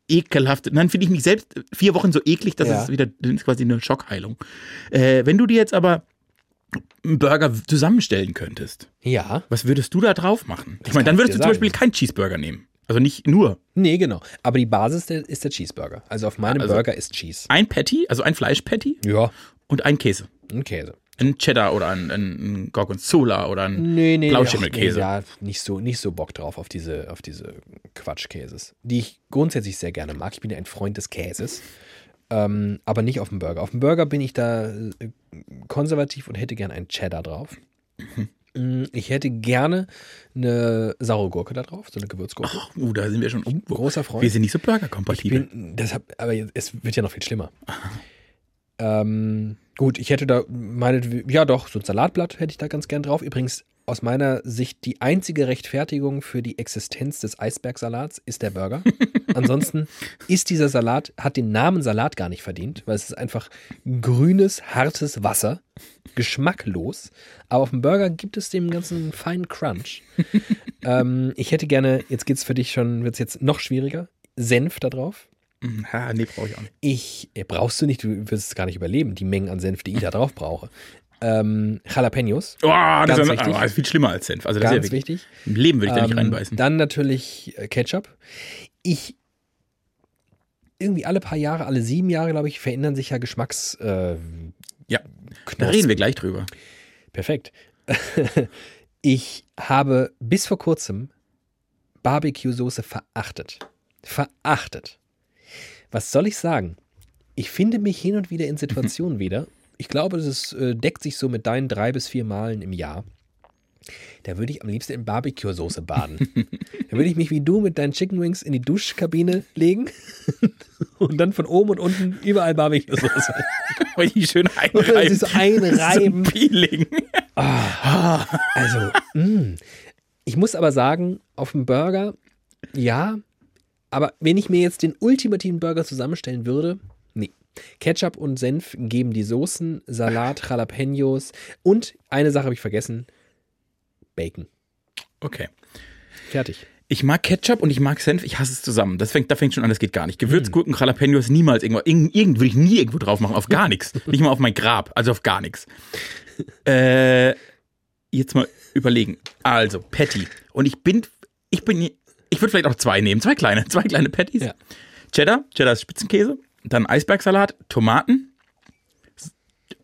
Speaker 2: ekelhaft, dann finde ich mich selbst vier Wochen so eklig, dass
Speaker 1: Ja.
Speaker 2: es wieder, das ist quasi eine Schockheilung. Äh, wenn du dir jetzt aber einen Burger zusammenstellen könntest,
Speaker 1: Ja.
Speaker 2: was würdest du da drauf machen? Ich meine,
Speaker 1: kann
Speaker 2: dann
Speaker 1: ich
Speaker 2: würdest
Speaker 1: dir
Speaker 2: du zum
Speaker 1: sagen.
Speaker 2: Beispiel keinen Cheeseburger nehmen. Also nicht nur
Speaker 1: Nee, genau. Aber die Basis der, ist der Cheeseburger. Also auf meinem Burger ist Cheese.
Speaker 2: ein Patty, also ein Fleischpatty
Speaker 1: Ja.
Speaker 2: und ein Käse.
Speaker 1: Und Käse.
Speaker 2: ein Cheddar oder ein, ein ein Gorgonzola oder ein
Speaker 1: Nee, nee,
Speaker 2: Blauschimmelkäse.
Speaker 1: Nee, ja, nicht so, nicht so Bock drauf auf diese, auf diese Quatschkäses, die ich grundsätzlich sehr gerne mag. Ich bin ja ein Freund des Käses, ähm, aber nicht auf dem Burger. Auf dem Burger bin ich da äh, konservativ und hätte gern einen Cheddar drauf. Mm, Ich hätte gerne eine saure Gurke da drauf, so eine Gewürzgurke.
Speaker 2: Ach, uh, da sind wir schon.
Speaker 1: Oh, großer Freund.
Speaker 2: Wir sind nicht so
Speaker 1: Ich
Speaker 2: burgerkompatibel.
Speaker 1: bin, deshalb, aber jetzt- es wird ja noch viel schlimmer. ähm, gut, ich hätte da meine, ja doch, so ein Salatblatt hätte ich da ganz gern drauf. Übrigens, aus meiner Sicht, die einzige Rechtfertigung für die Existenz des Eisbergsalats ist der Burger. Ansonsten ist dieser Salat, hat den Namen Salat gar nicht verdient, weil es ist einfach grünes, hartes Wasser, geschmacklos. Aber auf dem Burger gibt es dem ganzen feinen Crunch. ähm, ich hätte gerne, jetzt geht's für dich schon, wird's jetzt noch schwieriger, Senf da drauf.
Speaker 2: Ha, nee, brauche ich auch nicht.
Speaker 1: Ich äh, brauchst du nicht, du wirst es gar nicht überleben, die Mengen an Senf, die ich da drauf brauche. Ähm, Jalapenos,
Speaker 2: Oh, das
Speaker 1: Ganz
Speaker 2: ist, ja-
Speaker 1: wichtig.
Speaker 2: ah, ist viel schlimmer als Senf. Also das
Speaker 1: ganz
Speaker 2: ist ja wirklich,
Speaker 1: wichtig.
Speaker 2: Im Leben würde ich da nicht
Speaker 1: Ähm,
Speaker 2: reinbeißen.
Speaker 1: Dann natürlich äh, Ketchup. Ich irgendwie alle paar Jahre, alle sieben Jahre, glaube ich, verändern sich ja Geschmacks. Äh,
Speaker 2: Ja, Da
Speaker 1: Knospen.
Speaker 2: reden wir gleich drüber.
Speaker 1: Perfekt. ich habe bis vor kurzem Barbecue-Soße verachtet. Verachtet. Was soll ich sagen? Ich finde mich hin und wieder in Situationen wieder. Ich glaube, das äh, deckt sich so mit deinen drei bis vier Malen im Jahr. Da würde ich am liebsten in Barbecue-Soße baden. da würde ich mich wie du mit deinen Chicken Wings in die Duschkabine legen und dann von oben und unten überall Barbecue-Soße.
Speaker 2: Weil die schön
Speaker 1: Das
Speaker 2: einreiben.
Speaker 1: ist so einreiben.
Speaker 2: So Peeling.
Speaker 1: Also, mm. ich muss aber sagen, auf dem Burger, ja, aber wenn ich mir jetzt den ultimativen Burger zusammenstellen würde, nee. Ketchup und Senf geben die Soßen, Salat, Jalapenos und eine Sache habe ich vergessen: Bacon.
Speaker 2: Okay.
Speaker 1: Fertig.
Speaker 2: Ich mag Ketchup und ich mag Senf, ich hasse es zusammen. Das fängt, da fängt schon an, das geht gar nicht. Gewürzgurken, Jalapenos, niemals irgendwo. Irgend, irgend würde ich nie irgendwo drauf machen, auf gar nichts. Nicht mal auf mein Grab, also auf gar nichts. Äh, jetzt mal überlegen. Also, Patty. Und ich bin, ich bin, ich würde vielleicht auch zwei nehmen. Zwei kleine, zwei kleine Patties.
Speaker 1: Ja.
Speaker 2: Cheddar, Cheddar ist Spitzenkäse. Dann Eisbergsalat, Tomaten, S-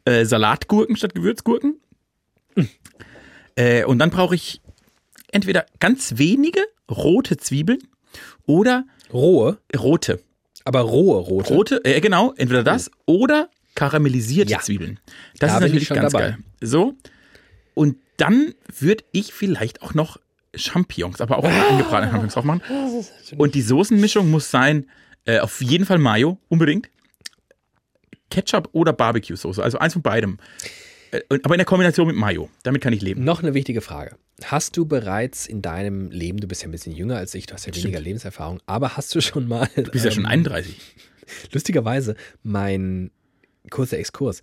Speaker 2: äh, Salatgurken statt Gewürzgurken. Äh, und dann brauche ich entweder ganz wenige rote Zwiebeln oder
Speaker 1: Rohe,
Speaker 2: rote.
Speaker 1: aber rohe rote.
Speaker 2: Rote, äh, genau, entweder das oder karamellisierte
Speaker 1: Ja.
Speaker 2: Zwiebeln. Das
Speaker 1: Da
Speaker 2: ist
Speaker 1: bin ich
Speaker 2: natürlich
Speaker 1: schon
Speaker 2: ganz
Speaker 1: dabei.
Speaker 2: geil. So. Und dann würde ich vielleicht auch noch Champignons, aber auch
Speaker 1: Ah!
Speaker 2: angebratene Champignons drauf machen. Und die Soßenmischung muss sein, äh, auf jeden Fall Mayo, unbedingt. Ketchup oder Barbecue-Soße, also eins von beidem. Äh, und- aber in der Kombination mit Mayo, damit kann ich leben.
Speaker 1: Noch eine wichtige Frage. Hast du bereits in deinem Leben, du bist ja ein bisschen jünger als ich, du hast ja weniger Lebenserfahrung, aber hast du schon mal.
Speaker 2: Du
Speaker 1: Ähm,
Speaker 2: bist ja schon 31.
Speaker 1: Lustigerweise, mein kurzer Exkurs.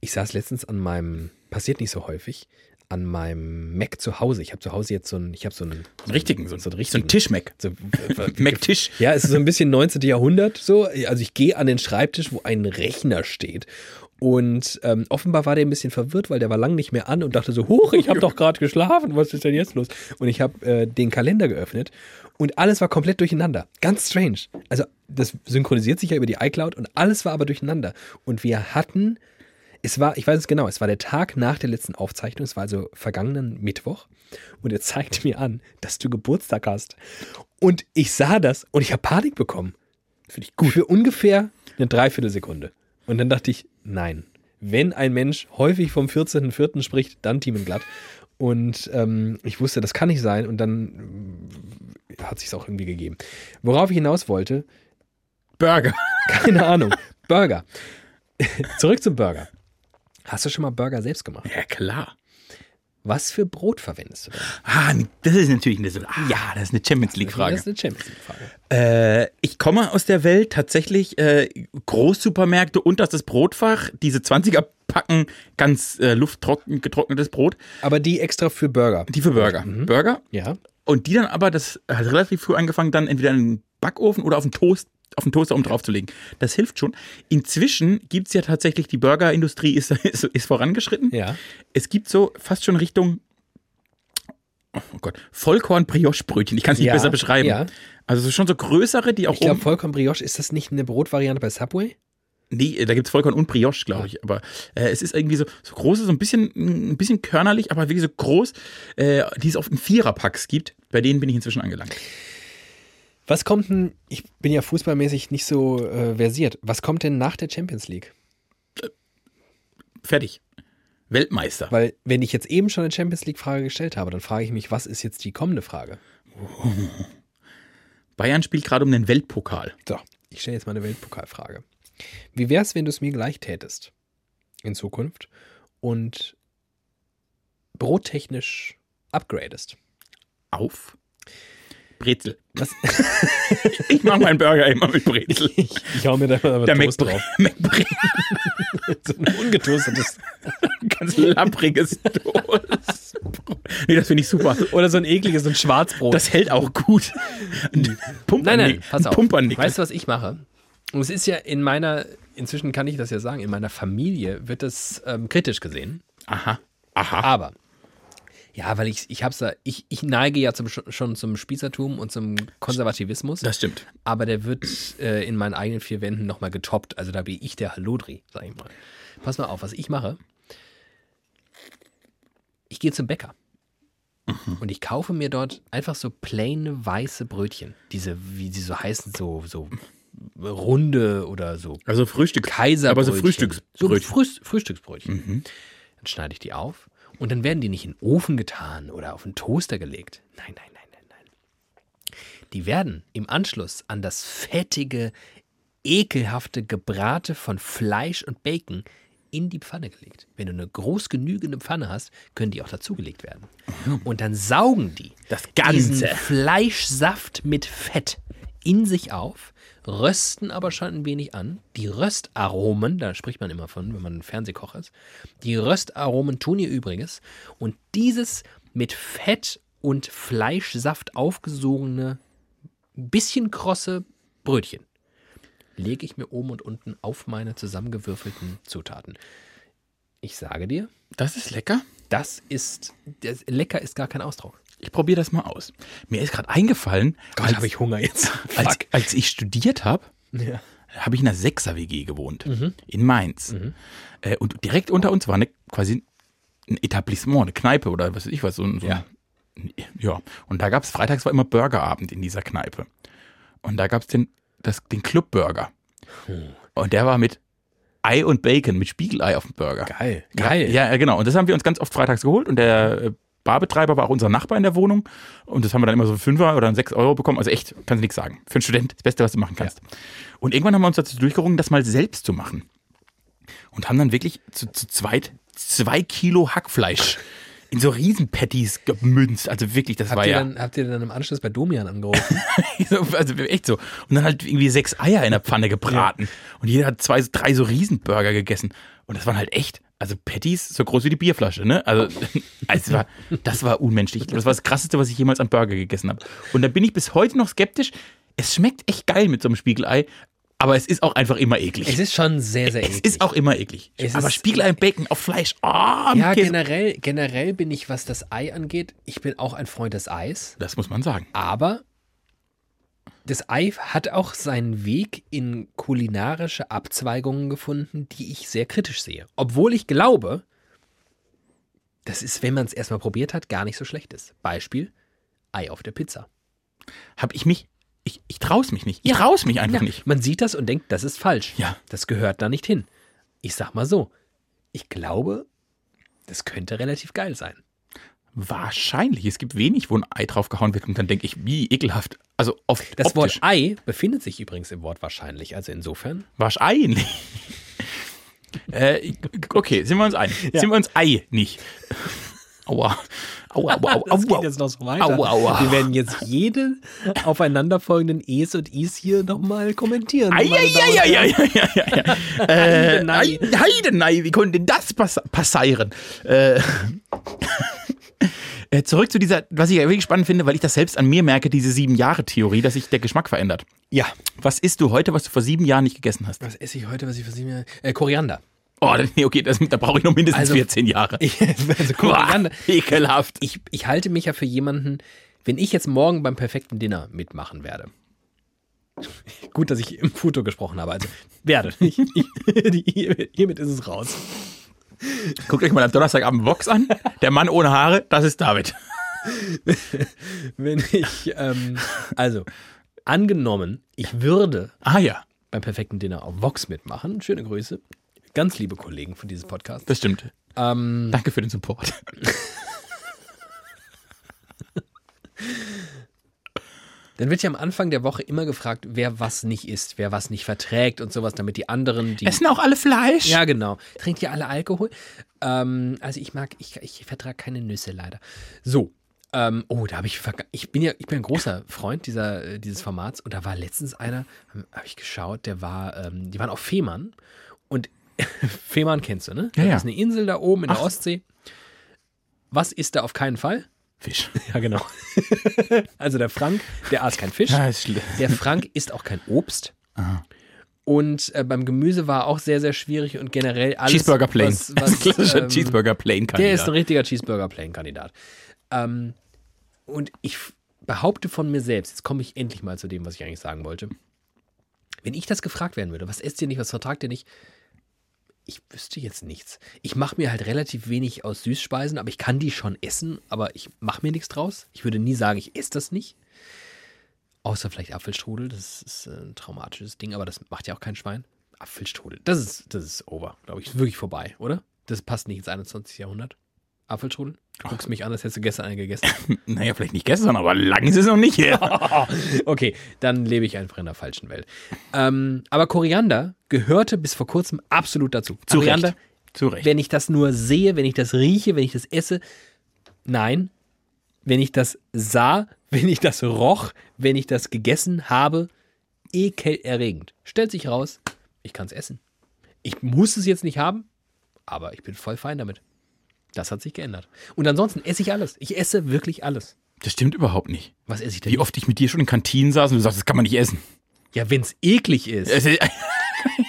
Speaker 1: Ich saß letztens an meinem, passiert nicht so häufig, an meinem Mac zu Hause. Ich habe zu Hause jetzt so ein, ich habe so ein,
Speaker 2: Einen richtigen, so,
Speaker 1: so einen
Speaker 2: so ein
Speaker 1: richtigen.
Speaker 2: Tisch-Mac.
Speaker 1: so, äh,
Speaker 2: Äh, Mac-Tisch.
Speaker 1: ja, es ist so ein bisschen 19. Jahrhundert so. Also ich gehe an den Schreibtisch, wo ein Rechner steht. Und ähm, offenbar war der ein bisschen verwirrt, weil der war lang nicht mehr an und dachte so, huch, ich habe doch gerade geschlafen, was ist denn jetzt los? Und ich habe äh, den Kalender geöffnet und alles war komplett durcheinander. Ganz strange. Also das synchronisiert sich ja über die iCloud und alles war aber durcheinander. Und wir hatten, es war, ich weiß es genau, es war der Tag nach der letzten Aufzeichnung, es war also vergangenen Mittwoch und er zeigte mir an, dass du Geburtstag hast. Und ich sah das und ich habe Panik bekommen. Finde ich gut. Für ungefähr eine Dreiviertelsekunde. Und dann dachte ich, nein. Wenn ein Mensch häufig vom 14.04. spricht, dann Team in Glatt. Und ähm, ich wusste, das kann nicht sein. Und dann äh, hat sich auch irgendwie gegeben. Worauf ich hinaus wollte,
Speaker 2: Burger.
Speaker 1: keine Ahnung. Burger. Zurück zum Burger. Hast du schon mal Burger selbst gemacht?
Speaker 2: Ja, klar.
Speaker 1: Was für Brot verwendest du denn?
Speaker 2: Ah, das ist natürlich eine, so- ah, ja, das ist eine Champions League-Frage.
Speaker 1: Das ist eine Champions League-Frage.
Speaker 2: Äh, ich komme aus der Welt tatsächlich äh, Großsupermärkte, unterstes Brotfach, diese 20er packen ganz äh, lufttrocken getrocknetes Brot,
Speaker 1: Aber die extra für Burger.
Speaker 2: die für Burger.
Speaker 1: Mhm.
Speaker 2: Burger
Speaker 1: Ja.
Speaker 2: und die dann aber das hat relativ früh angefangen dann entweder in den Backofen oder auf den Toast auf den Toaster um draufzulegen. Das hilft schon. Inzwischen gibt's ja tatsächlich die Burgerindustrie ist, ist, ist vorangeschritten.
Speaker 1: Ja.
Speaker 2: Es gibt so fast schon Richtung Oh Gott, Vollkorn-Brioche-Brötchen. Ich kann es nicht
Speaker 1: Ja,
Speaker 2: besser beschreiben.
Speaker 1: ja.
Speaker 2: Also es sind schon so größere, die auch
Speaker 1: Ich glaube,
Speaker 2: oben-
Speaker 1: Vollkorn Brioche, ist das nicht eine Brotvariante bei Subway?
Speaker 2: Nee, da gibt's Vollkorn und Brioche, glaube ich. Aber äh, es ist irgendwie so, so groß, so ein bisschen, ein bisschen körnerlich, aber wirklich so groß, äh, die es auf dem Viererpacks gibt. Bei denen bin ich inzwischen angelangt.
Speaker 1: Was kommt denn, ich bin ja fußballmäßig nicht so äh, versiert, was kommt denn nach der Champions League?
Speaker 2: Fertig. Weltmeister.
Speaker 1: Weil, wenn ich jetzt eben schon eine Champions League-Frage gestellt habe, dann frage ich mich, was ist jetzt die kommende Frage?
Speaker 2: Bayern spielt gerade um den Weltpokal.
Speaker 1: So, ich stelle jetzt mal eine Weltpokalfrage. Wie wäre es, wenn du es mir gleich tätest in Zukunft und brottechnisch upgradest?
Speaker 2: Auf. Brezel.
Speaker 1: Was?
Speaker 2: Ich mache meinen Burger immer mit Brezel.
Speaker 1: Ich hau mir da mal
Speaker 2: Der
Speaker 1: Toast
Speaker 2: McBrezel.
Speaker 1: drauf.
Speaker 2: McBrezel.
Speaker 1: So ein ungetoastetes.
Speaker 2: Ganz lappriges Toast. Nee, das finde ich super.
Speaker 1: Oder so ein ekliges, so ein Schwarzbrot.
Speaker 2: Das hält auch gut.
Speaker 1: Hm.
Speaker 2: Ein
Speaker 1: nein,
Speaker 2: Pumpernickel.
Speaker 1: nein, pass auf.
Speaker 2: Pumpernickel.
Speaker 1: Weißt du, was ich mache? Und es ist ja in meiner, inzwischen kann ich das ja sagen, in meiner Familie wird das ähm, kritisch gesehen.
Speaker 2: Aha. Aha.
Speaker 1: Aber ja, weil ich, ich hab's da, ich, ich neige ja zum, schon zum Spießertum und zum Konservativismus.
Speaker 2: Das stimmt.
Speaker 1: aber der wird äh, in meinen eigenen vier Wänden nochmal getoppt. Also da bin ich der Hallodri, sag ich mal. Pass mal auf, was ich mache. Ich gehe zum Bäcker
Speaker 2: Mhm.
Speaker 1: und ich kaufe mir dort einfach so plain weiße Brötchen. Diese, wie sie so heißen, so, so runde oder so
Speaker 2: Also Frühstück.
Speaker 1: Kaiserbrötchen.
Speaker 2: Aber so Frühstücksbrötchen.
Speaker 1: So
Speaker 2: Mhm.
Speaker 1: Frühst- Frühstücksbrötchen. Dann schneide ich die auf und dann werden die nicht in den Ofen getan oder auf den Toaster gelegt. Nein, nein, nein, nein, nein. Die werden im Anschluss an das fettige, ekelhafte Gebrate von Fleisch und Bacon in die Pfanne gelegt. Wenn du eine groß genügende Pfanne hast, können die auch dazugelegt werden. Und dann saugen die
Speaker 2: Das
Speaker 1: diesen
Speaker 2: Ganze.
Speaker 1: Fleischsaft mit Fett in sich auf, rösten aber schon ein wenig an. Die Röstaromen, da spricht man immer von, wenn man ein Fernsehkoch ist, die Röstaromen tun ihr Übriges. Und dieses mit Fett und Fleischsaft aufgesogene, bisschen krosse Brötchen lege ich mir oben und unten auf meine zusammengewürfelten Zutaten. Ich sage dir,
Speaker 2: Das ist lecker.
Speaker 1: das ist, das, lecker ist gar kein Ausdruck.
Speaker 2: Ich probiere das mal aus. Mir ist gerade eingefallen,
Speaker 1: Gott, habe ich Hunger jetzt.
Speaker 2: als,
Speaker 1: Fuck.
Speaker 2: als ich studiert habe,
Speaker 1: Ja. Mhm.
Speaker 2: habe ich in einer Sechser-WG gewohnt. In Mainz. Äh, und direkt unter uns war eine, quasi ein Etablissement, eine Kneipe oder was weiß ich was. So, ein- so
Speaker 1: Ja.
Speaker 2: Ein, ja. Und da gab es, freitags war immer Burgerabend in dieser Kneipe. Und da gab es den, das- den Clubburger. Und der war mit Ei und Bacon, mit Spiegelei auf dem Burger.
Speaker 1: Geil. Geil.
Speaker 2: Ja, ja, genau. Und das haben wir uns ganz oft freitags geholt und der äh, Barbetreiber war auch unser Nachbar in der Wohnung und das haben wir dann immer so einen Fünfer oder einen sechs Euro bekommen. Also echt, kannst du nichts sagen. Für einen Student, das Beste, was du machen kannst. Und irgendwann haben wir uns dazu durchgerungen, das mal selbst zu machen. Und haben dann wirklich zu, zu zweit zwei Kilo Hackfleisch in so Riesenpatties gemünzt. Also wirklich, das war
Speaker 1: Habt ihr,
Speaker 2: ja.
Speaker 1: dann, habt ihr dann im Anschluss bei Domian angerufen?
Speaker 2: Also echt so. Und dann halt irgendwie sechs Eier in der Pfanne gebraten. Und jeder hat zwei, drei so Riesenburger gegessen. Und das waren halt echt, also Patties so groß wie die Bierflasche, ne? Also, also es war, das war unmenschlich. Ich glaub, Das war das Krasseste, was ich jemals am Burger gegessen habe. Und da bin ich bis heute noch skeptisch. Es schmeckt echt geil mit so einem Spiegelei, aber es ist auch einfach immer eklig.
Speaker 1: es ist schon sehr, sehr
Speaker 2: Es
Speaker 1: ähnlich.
Speaker 2: ist auch immer eklig.
Speaker 1: Es
Speaker 2: aber
Speaker 1: ist-
Speaker 2: Spiegelei im Bacon auf Fleisch. ah, mit
Speaker 1: ja, genau.
Speaker 2: Käse.
Speaker 1: generell, generell bin ich, was das Ei angeht, ich bin auch ein Freund des Eis,
Speaker 2: Das muss man sagen.
Speaker 1: aber das Ei hat auch seinen Weg in kulinarische Abzweigungen gefunden, die ich sehr kritisch sehe. Obwohl ich glaube, das ist, wenn man es erstmal probiert hat, gar nicht so schlecht ist. Beispiel, Ei auf der Pizza.
Speaker 2: Hab ich mich. Ich, ich trau's mich nicht. Ich trau's mich einfach
Speaker 1: Ja,
Speaker 2: nicht.
Speaker 1: Man sieht das und denkt, das ist falsch.
Speaker 2: Ja.
Speaker 1: Das gehört da nicht hin. Ich sag mal so, ich glaube, das könnte relativ geil sein.
Speaker 2: Wahrscheinlich. Es gibt wenig, wo ein Ei draufgehauen wird und dann denke ich, wie ekelhaft. Also oft
Speaker 1: Das
Speaker 2: optisch.
Speaker 1: Wort Ei befindet sich übrigens im Wort wahrscheinlich, also insofern.
Speaker 2: Wahrscheinlich. äh, okay, sind wir uns einig. Sind wir uns einig. Aua. Aua, aua, aua,
Speaker 1: Das
Speaker 2: aua.
Speaker 1: geht jetzt noch so weiter.
Speaker 2: Au, au, au.
Speaker 1: Wir werden jetzt jede aufeinanderfolgenden Es und Is hier nochmal kommentieren.
Speaker 2: Ei, ei, ei, ei, ei, ei, ei, ei. Äh,
Speaker 1: Heidenei.
Speaker 2: ei, Heidenei, wie konnte das pass passieren? Äh, äh, Zurück zu dieser, was ich ja wirklich spannend finde, weil ich das selbst an mir merke, diese Sieben-Jahre-Theorie, dass sich der Geschmack verändert.
Speaker 1: Ja,
Speaker 2: Was isst du heute, was du vor sieben Jahren nicht gegessen hast?
Speaker 1: was esse ich heute, was ich vor sieben Jahren... Äh, Koriander.
Speaker 2: Oh, nee, okay, das, da brauche ich noch mindestens
Speaker 1: Also-
Speaker 2: 14 Jahre.
Speaker 1: Ich, also
Speaker 2: Boah,
Speaker 1: Koriander.
Speaker 2: ekelhaft.
Speaker 1: Ich, ich halte mich ja für jemanden, wenn ich jetzt morgen beim perfekten Dinner mitmachen werde. Gut, dass ich im Foto gesprochen habe. Also werde. Ich, ich, die, hiermit ist es raus.
Speaker 2: Guckt euch mal am Donnerstagabend Vox an. Der Mann ohne Haare, das ist David.
Speaker 1: Wenn ich, ähm, also angenommen, ich würde
Speaker 2: Ah ja,
Speaker 1: beim perfekten Dinner auf Vox mitmachen. Schöne Grüße. Ganz liebe Kollegen von diesem Podcast.
Speaker 2: das stimmt.
Speaker 1: Ähm,
Speaker 2: Danke für den Support.
Speaker 1: dann wird ja am Anfang der Woche immer gefragt, wer was nicht isst, wer was nicht verträgt und sowas, damit die anderen, die
Speaker 2: Essen auch alle Fleisch?
Speaker 1: Ja, genau. Trinkt ihr alle Alkohol? Ähm, also ich mag, ich, ich vertrage keine Nüsse leider. So. Ähm, oh, da habe ich verga- ich bin ja ich bin ein großer Freund dieser äh, dieses Formats und da war letztens einer habe ich geschaut, der war ähm, die waren auf Fehmarn und Fehmarn kennst du, ne? das
Speaker 2: Ja, ja.
Speaker 1: ist eine Insel da oben in
Speaker 2: Ach.
Speaker 1: der Ostsee. Was ist da auf keinen Fall?
Speaker 2: Fisch.
Speaker 1: Ja, genau. also der Frank, der aß kein Fisch.
Speaker 2: Ja, ist schlimm.
Speaker 1: Der Frank isst auch kein Obst. Und äh, beim Gemüse war auch sehr, sehr schwierig und generell alles.
Speaker 2: Cheeseburger Plain.
Speaker 1: Was, was,
Speaker 2: Klassischer
Speaker 1: ähm,
Speaker 2: Cheeseburger Plain
Speaker 1: Der ist
Speaker 2: Kandidat.
Speaker 1: ein richtiger Cheeseburger Plain-Kandidat. Ähm, und ich f- behaupte von mir selbst, jetzt komme ich endlich mal zu dem, was ich eigentlich sagen wollte. Wenn ich das gefragt werden würde, was esst ihr nicht, was vertragt ihr nicht? Ich wüsste jetzt nichts. Ich mache mir halt relativ wenig aus Süßspeisen, aber ich kann die schon essen, aber ich mache mir nichts draus. Ich würde nie sagen, ich esse das nicht. Außer vielleicht Apfelstrudel, das ist äh, ein traumatisches Ding, aber das macht ja auch kein Schwein. Apfelstrudel, das ist, das ist over, glaube ich. Ist wirklich vorbei, oder? Das passt nicht ins 21. Jahrhundert. Apfelstrudel? Du guckst mich an, als hättest du gestern einen gegessen.
Speaker 2: Naja, vielleicht nicht gestern, aber lang ist es noch nicht her.
Speaker 1: Oh, Okay, dann lebe ich einfach in der falschen Welt. Ähm, aber Koriander gehörte bis vor kurzem absolut dazu.
Speaker 2: Zu
Speaker 1: Koriander,
Speaker 2: Recht. Zu Recht.
Speaker 1: wenn ich das nur sehe, wenn ich das rieche, wenn ich das esse. Nein, wenn ich das sah, wenn ich das roch, wenn ich das gegessen habe, ekelerregend. Stellt sich raus, ich kann es essen. Ich muss es jetzt nicht haben, aber ich bin voll fein damit. Das hat sich geändert. Und ansonsten esse ich alles. Ich esse wirklich alles.
Speaker 2: Das stimmt überhaupt nicht.
Speaker 1: Was esse ich denn?
Speaker 2: Wie oft ich mit dir schon in Kantinen saß und du sagst, das kann man nicht essen.
Speaker 1: Ja, wenn es eklig ist.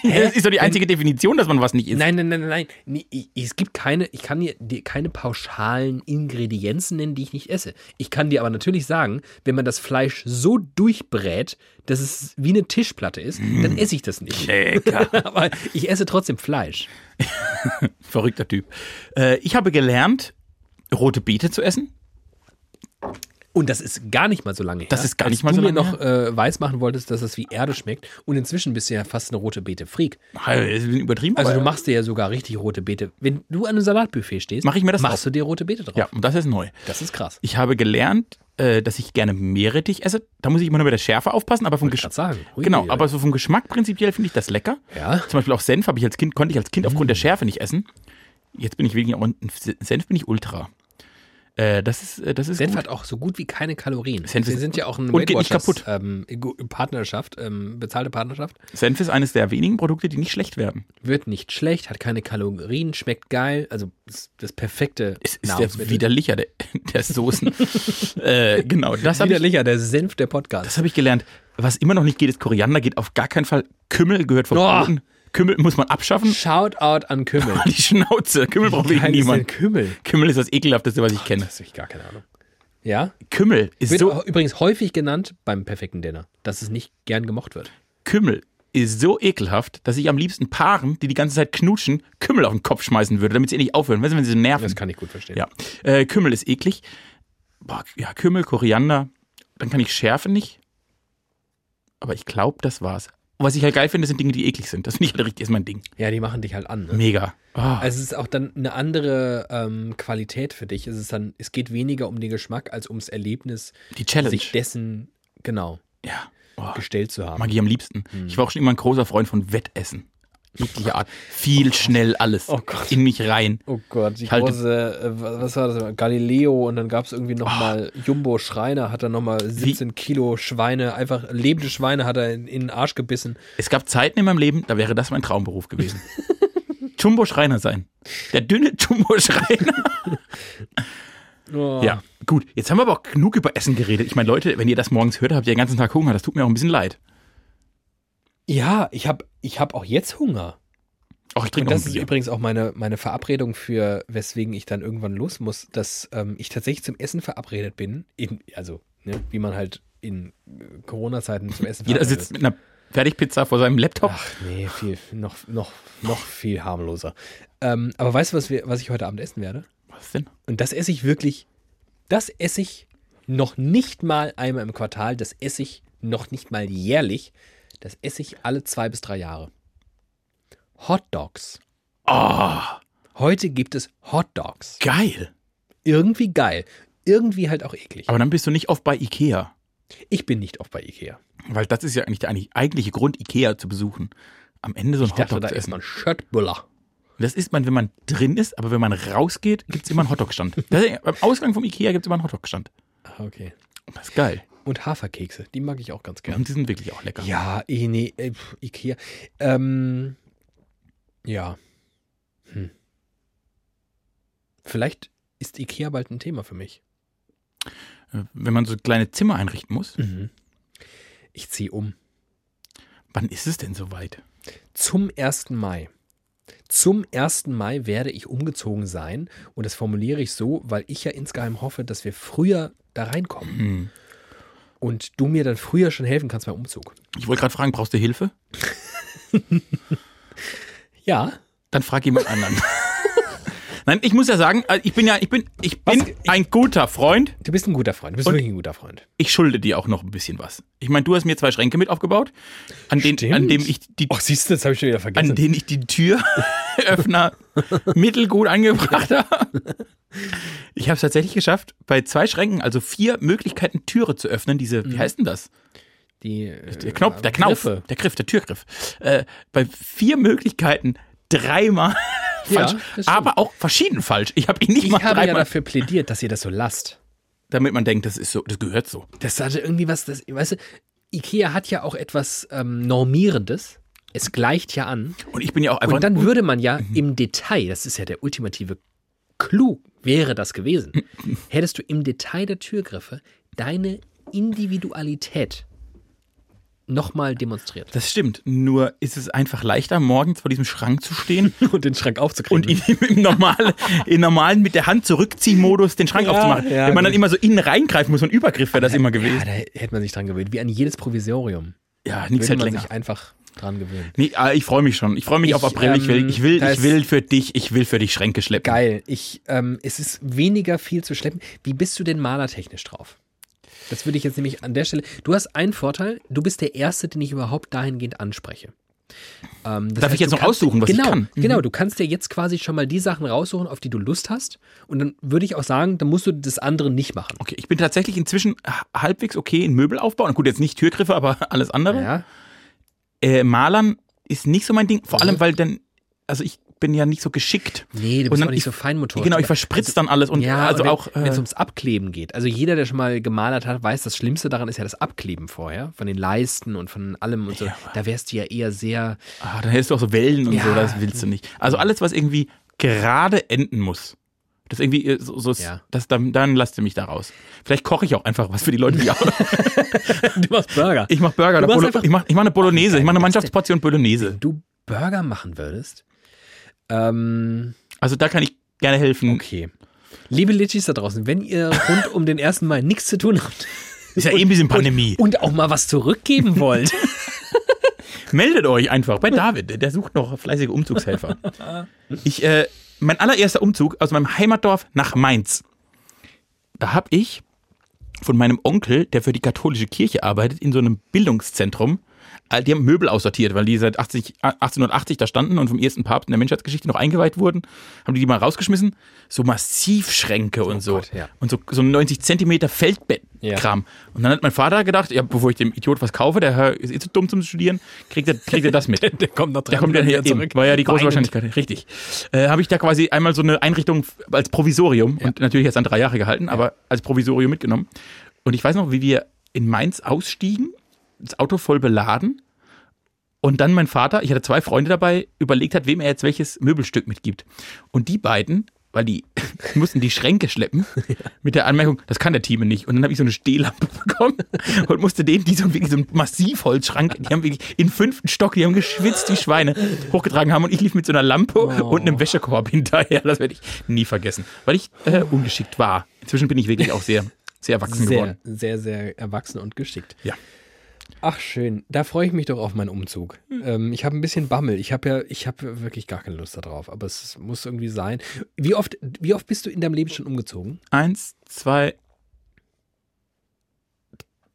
Speaker 2: Es ist, das ist doch die einzige Definition, dass man was nicht isst.
Speaker 1: Nein, nein, nein, nein, nein. Nee, ich- Es gibt keine, ich kann dir dir keine pauschalen Ingredienzen nennen, die ich nicht esse. Ich kann dir aber natürlich sagen, wenn man das Fleisch so durchbrät, dass es wie eine Tischplatte ist,
Speaker 2: Hm.
Speaker 1: dann esse ich das nicht.
Speaker 2: Lecker.
Speaker 1: aber ich esse trotzdem Fleisch.
Speaker 2: Verrückter Typ. Äh, ich habe gelernt, rote Beete zu essen.
Speaker 1: Und das ist gar nicht mal so lange her.
Speaker 2: Das ist gar
Speaker 1: als
Speaker 2: nicht mal
Speaker 1: du
Speaker 2: so
Speaker 1: mir
Speaker 2: lange
Speaker 1: noch äh, weiß machen wolltest, dass das wie Erde schmeckt. Und inzwischen bist du ja fast eine rote Beete Freak.
Speaker 2: Hey, das ist übertrieben.
Speaker 1: Also
Speaker 2: aber-
Speaker 1: du machst dir ja sogar richtig rote Beete. Wenn du an einem Salatbuffet stehst,
Speaker 2: Mach ich mir das
Speaker 1: machst
Speaker 2: drauf.
Speaker 1: du dir rote Beete drauf.
Speaker 2: Ja, und das ist neu.
Speaker 1: Das ist krass.
Speaker 2: Ich habe gelernt, äh, dass ich gerne Meerrettich esse. Da muss ich immer nur mit der Schärfe aufpassen, aber vom
Speaker 1: grad
Speaker 2: Geschmack.
Speaker 1: sagen. Ui,
Speaker 2: Genau,
Speaker 1: ui, ui.
Speaker 2: aber so vom Geschmack prinzipiell finde ich das lecker.
Speaker 1: Ja. Mm.
Speaker 2: Zum Beispiel auch Senf habe ich als Kind, konnte ich als Kind aufgrund der Schärfe nicht essen. Jetzt bin ich wegen aber Senf bin ich ultra. Äh, das ist, äh, das ist
Speaker 1: Senf
Speaker 2: gut.
Speaker 1: hat auch so gut wie keine Kalorien.
Speaker 2: Senf
Speaker 1: Sie
Speaker 2: ist-
Speaker 1: sind ja auch ein
Speaker 2: und geht nicht
Speaker 1: Watchers, Ähm, gu- Partnerschaft, ähm, bezahlte Partnerschaft.
Speaker 2: Senf ist eines der wenigen Produkte, die nicht schlecht werden.
Speaker 1: Wird nicht schlecht, hat keine Kalorien, schmeckt geil. Also ist das perfekte
Speaker 2: Es ist der
Speaker 1: Nahrungsmittel.
Speaker 2: widerlicher der, der Soßen. äh, genau, das habe ich,
Speaker 1: Widerlicher, der Senf der Podcast.
Speaker 2: das hab ich gelernt. Was immer noch nicht geht, ist Koriander geht auf gar keinen Fall. Kümmel gehört
Speaker 1: Oh.
Speaker 2: verboten. Kümmel muss man abschaffen.
Speaker 1: Shoutout an Kümmel.
Speaker 2: Die Schnauze. Kümmel braucht wirklich
Speaker 1: Geil ist denn
Speaker 2: niemand.
Speaker 1: Kümmel?
Speaker 2: Kümmel ist das ekelhafteste, was ich kenne.
Speaker 1: Das habe ich gar keine Ahnung. Ja?
Speaker 2: Kümmel ist
Speaker 1: Wird
Speaker 2: so
Speaker 1: auch übrigens häufig genannt beim perfekten Dinner, dass es nicht gern gemocht wird.
Speaker 2: Kümmel ist so ekelhaft, dass ich am liebsten Paaren, die die ganze Zeit knutschen, Kümmel auf den Kopf schmeißen würde, damit sie endlich aufhören. Weißt du, wenn sie so nerven.
Speaker 1: Das kann ich gut verstehen.
Speaker 2: Hm. ja. Äh, Kümmel ist eklig. Boah, ja, Kümmel, Koriander. Dann kann ich Schärfe nicht. Aber ich glaube, das war's. was ich halt geil finde, sind Dinge, die eklig sind. Das finde ich halt richtig, ist mein Ding.
Speaker 1: Ja, die machen dich halt an. Ne?
Speaker 2: Mega. Ah.
Speaker 1: Also es ist auch dann eine andere ähm, Qualität für dich. Es ist dann, es geht weniger um den Geschmack als ums Erlebnis,
Speaker 2: die Challenge.
Speaker 1: sich dessen genau
Speaker 2: Ja. Oh,
Speaker 1: gestellt zu haben.
Speaker 2: mag ich am liebsten.
Speaker 1: Hm.
Speaker 2: Ich war auch schon immer ein großer Freund von Wettessen. Jeglicher Art. Viel schnell alles.
Speaker 1: Oh Gott.
Speaker 2: In mich rein.
Speaker 1: Oh Gott, die
Speaker 2: Ich halte-
Speaker 1: große, äh, wa- was war das? Galileo und dann gab es irgendwie
Speaker 2: Ah.
Speaker 1: nochmal mal Jumbo Schreiner, hat er nochmal 17 Kilo Schweine, einfach lebende Schweine hat er in, in den Arsch gebissen.
Speaker 2: Es gab Zeiten in meinem Leben, da wäre das mein Traumberuf gewesen. Jumbo Schreiner sein. Der dünne Jumbo Schreiner.
Speaker 1: Oh.
Speaker 2: Ja, gut. Jetzt haben wir aber auch genug über Essen geredet. Ich meine, Leute, wenn ihr das morgens hört, habt ihr den ganzen Tag Hunger. Das tut mir auch ein bisschen leid.
Speaker 1: Ja, ich habe ich hab auch jetzt Hunger.
Speaker 2: Auch ich
Speaker 1: Und
Speaker 2: trinke noch
Speaker 1: das
Speaker 2: ein
Speaker 1: ist
Speaker 2: Bier.
Speaker 1: übrigens auch meine, meine Verabredung für, weswegen ich dann irgendwann los muss, dass ähm, ich tatsächlich zum Essen verabredet bin. In, also, ne, wie man halt in äh, Corona-Zeiten zum Essen
Speaker 2: Jeder
Speaker 1: verabredet
Speaker 2: sitzt mit einer Fertigpizza vor seinem Laptop.
Speaker 1: Ach nee, viel, noch, noch, noch viel harmloser. Ähm, aber weißt du, was, wir, was ich heute Abend essen werde?
Speaker 2: Was denn?
Speaker 1: Und das esse ich wirklich, das esse ich noch nicht mal einmal im Quartal, das esse ich noch nicht mal jährlich, das esse ich alle zwei bis drei Jahre. Hot Dogs.
Speaker 2: Oh,
Speaker 1: Heute gibt es Hot Dogs.
Speaker 2: geil.
Speaker 1: Irgendwie geil. Irgendwie halt auch eklig.
Speaker 2: Aber dann bist du nicht oft bei Ikea.
Speaker 1: Ich bin nicht oft bei Ikea.
Speaker 2: Weil das ist ja eigentlich der eigentlich- eigentliche Grund, Ikea zu besuchen. Am Ende so ein
Speaker 1: Ich dachte,
Speaker 2: Hotdog
Speaker 1: da
Speaker 2: zu
Speaker 1: ist
Speaker 2: essen.
Speaker 1: man Schöttbüller.
Speaker 2: Das isst man, wenn man drin ist, aber wenn man rausgeht, gibt es immer einen Hotdogstand. Das ist- Beim Ausgang vom Ikea gibt es immer einen Hotdogstand.
Speaker 1: Ah, Okay.
Speaker 2: Das ist geil.
Speaker 1: Und Haferkekse, die mag ich auch ganz gerne.
Speaker 2: Und die sind wirklich auch lecker.
Speaker 1: Ja, eh, nee, äh, pf, Ikea. Ähm, ja. Hm. Vielleicht ist Ikea bald ein Thema für mich.
Speaker 2: Äh, Wenn man so kleine Zimmer einrichten
Speaker 1: Hm.
Speaker 2: muss,
Speaker 1: Ich ziehe um.
Speaker 2: wann ist es denn soweit?
Speaker 1: Zum 1. Mai. Zum 1. Mai werde ich umgezogen sein. Und das formuliere ich so, weil ich ja insgeheim hoffe, dass wir früher da reinkommen.
Speaker 2: Hm.
Speaker 1: Und du mir dann früher schon helfen kannst beim Umzug.
Speaker 2: Ich wollte gerade fragen, brauchst du Hilfe?
Speaker 1: Ja.
Speaker 2: Dann frag jemand anderen. Nein, ich muss ja sagen, also ich bin ja, ich bin, ich bin
Speaker 1: Was?
Speaker 2: ein guter Freund.
Speaker 1: Du bist ein guter Freund. Du bist
Speaker 2: Und-
Speaker 1: wirklich ein guter Freund.
Speaker 2: Ich schulde dir auch noch ein bisschen was. Ich meine, du hast mir zwei Schränke mit aufgebaut, an, den, an
Speaker 1: Stimmt.
Speaker 2: dem ich die
Speaker 1: Oh, siehst du, das habe ich schon wieder vergessen.
Speaker 2: an denen ich die Türöffner mittelgut angebracht habe. Ich habe es tatsächlich geschafft, bei zwei Schränken, also vier Möglichkeiten, Türe zu öffnen. Diese,
Speaker 1: Mhm.
Speaker 2: wie heißt denn das?
Speaker 1: die,
Speaker 2: Der Knopf, der Knauf,
Speaker 1: Knöpfe.
Speaker 2: der Griff, der Türgriff. Äh, bei vier Möglichkeiten dreimal
Speaker 1: Ja,
Speaker 2: falsch,
Speaker 1: das stimmt.
Speaker 2: aber auch verschieden falsch. Ich habe ihn nicht
Speaker 1: Ich
Speaker 2: mal
Speaker 1: habe ja
Speaker 2: dreimal,
Speaker 1: dafür plädiert, dass ihr das so lasst.
Speaker 2: damit man denkt, das ist so, das gehört so.
Speaker 1: Das hatte irgendwie was, das, weißt du, Ikea hat ja auch etwas ähm, Normierendes. Es gleicht ja an.
Speaker 2: Und ich bin ja auch einfach.
Speaker 1: Und Mhm. dann würde man ja im Detail, das ist ja der ultimative Clou, wäre das gewesen, hättest du im Detail der Türgriffe deine Individualität nochmal demonstriert.
Speaker 2: das stimmt. Nur ist es einfach leichter, morgens vor diesem Schrank zu stehen
Speaker 1: Und den Schrank
Speaker 2: und
Speaker 1: aufzukriegen.
Speaker 2: ihn im, normalen, in normalen mit der Hand zurückziehen Modus den Schrank
Speaker 1: Ja,
Speaker 2: aufzumachen.
Speaker 1: ja,
Speaker 2: Wenn man dann
Speaker 1: gut.
Speaker 2: immer so innen reingreifen muss, so ein Übergriff wäre das immer
Speaker 1: ja,
Speaker 2: gewesen.
Speaker 1: Ah, da hätte man sich dran gewöhnt. Wie an jedes Provisorium.
Speaker 2: Ja,
Speaker 1: Würde
Speaker 2: nichts hält
Speaker 1: man
Speaker 2: länger.
Speaker 1: sich einfach dran gewöhnen.
Speaker 2: Nee, ah, ich freue mich schon. Ich freue mich
Speaker 1: Ich,
Speaker 2: auf April. ich will, ich will,
Speaker 1: ähm, da
Speaker 2: ich
Speaker 1: ist-
Speaker 2: will für dich, ich will für dich Schränke schleppen.
Speaker 1: Geil. Ich, ähm, es ist weniger viel zu schleppen. Wie bist du denn malertechnisch drauf? Das würde ich jetzt nämlich an der Stelle. Du hast einen Vorteil, du bist der Erste, den ich überhaupt dahingehend anspreche. Ähm, das
Speaker 2: Darf ich jetzt
Speaker 1: du
Speaker 2: noch
Speaker 1: kannst-
Speaker 2: aussuchen, was ich
Speaker 1: genau,
Speaker 2: kann? Mhm.
Speaker 1: Genau, du kannst dir jetzt quasi schon mal die Sachen raussuchen, auf die du Lust hast. Und dann würde ich auch sagen, dann musst du das andere nicht machen.
Speaker 2: Okay, ich bin tatsächlich inzwischen h- halbwegs okay in Möbel aufbauen. Gut, jetzt nicht Türgriffe, aber alles andere.
Speaker 1: Ja?
Speaker 2: Äh, Malern ist nicht so mein Ding. Vor allem,
Speaker 1: Mhm.
Speaker 2: weil dann, also ich bin ja nicht so geschickt.
Speaker 1: Nee, du
Speaker 2: Und
Speaker 1: bist
Speaker 2: dann
Speaker 1: auch nicht
Speaker 2: ich-
Speaker 1: so feinmotorisch.
Speaker 2: Genau, ich
Speaker 1: Aber-
Speaker 2: verspritze dann alles und
Speaker 1: ja, und
Speaker 2: also
Speaker 1: wenn,
Speaker 2: auch.
Speaker 1: wenn es
Speaker 2: Äh,
Speaker 1: ums Abkleben geht. Also jeder, der schon mal gemalert hat, weiß, das Schlimmste daran ist ja das Abkleben vorher, von den Leisten und von allem und so. Da wärst du ja eher sehr.
Speaker 2: ah, dann hättest du auch so Wellen und so,
Speaker 1: Ja.
Speaker 2: das willst du nicht. Also alles, was irgendwie gerade enden muss. Das irgendwie äh, so, so
Speaker 1: Ja.
Speaker 2: das, dann, dann lasst ihr mich da raus. Vielleicht koche ich auch einfach was für die Leute, die auch.
Speaker 1: Du machst Burger.
Speaker 2: Ich mache Burger,
Speaker 1: Du
Speaker 2: oder
Speaker 1: machst
Speaker 2: Bolo,
Speaker 1: einfach-
Speaker 2: ich mache ich mach eine Bolognese, ich mache eine
Speaker 1: Geil,
Speaker 2: Mannschaftsportion Bolognese.
Speaker 1: du Burger machen würdest. Ähm,
Speaker 2: Also da kann ich gerne helfen.
Speaker 1: okay. Liebe Litschis da draußen, wenn ihr rund um den ersten Mal nichts zu tun habt
Speaker 2: Ist ja eh ein bisschen Pandemie.
Speaker 1: und auch mal was zurückgeben wollt,
Speaker 2: Meldet euch einfach bei David, der- der sucht noch fleißige Umzugshelfer. Ich, äh, mein allererster Umzug aus meinem Heimatdorf nach Mainz. Da habe ich von meinem Onkel, der für die katholische Kirche arbeitet, in so einem Bildungszentrum all- die haben Möbel aussortiert, weil die seit 80, 1880 da standen und vom ersten Papst in der Menschheitsgeschichte noch eingeweiht wurden, haben die die mal rausgeschmissen. So Massivschränke und so.
Speaker 1: Oh Gott, ja.
Speaker 2: Und so, so ein 90 Zentimeter Feldbettkram. Und dann hat mein Vater gedacht, ja, bevor ich dem Idiot was kaufe, der Herr ist eh zu dumm zum Studieren, kriegt er, kriegt er das mit.
Speaker 1: Der kommt noch
Speaker 2: Da kommt dann her zurück. War ja die große
Speaker 1: Weinend.
Speaker 2: Wahrscheinlichkeit, richtig. Äh, Habe ich da quasi einmal so eine Einrichtung f- als Provisorium und natürlich jetzt dann drei Jahre gehalten, aber als Provisorium mitgenommen. Und ich weiß noch, wie wir in Mainz ausstiegen, das Auto voll beladen und dann mein Vater, ich hatte zwei Freunde dabei, überlegt hat, wem er jetzt welches Möbelstück mitgibt. Und die beiden, weil die mussten die Schränke schleppen, mit der Anmerkung, das kann der Team nicht. Und dann habe ich so eine Stehlampe bekommen und musste denen, die so, wirklich so einen Massivholzschrank, die haben wirklich in fünften Stock, die haben geschwitzt wie Schweine, hochgetragen haben und ich lief mit so einer Lampe und einem Wäschekorb hinterher. Das werde ich nie vergessen, weil ich äh, ungeschickt war. Inzwischen bin ich wirklich auch sehr, sehr erwachsen
Speaker 1: Sehr,
Speaker 2: geworden.
Speaker 1: sehr, sehr erwachsen und geschickt.
Speaker 2: Ja.
Speaker 1: Ach schön, da freue ich mich doch auf meinen Umzug.
Speaker 2: Hm.
Speaker 1: Ähm, ich habe ein bisschen Bammel. Ich habe ja, ich habe wirklich gar keine Lust darauf, aber es muss irgendwie sein. Wie oft, wie oft bist du in deinem Leben schon umgezogen?
Speaker 2: Eins, zwei,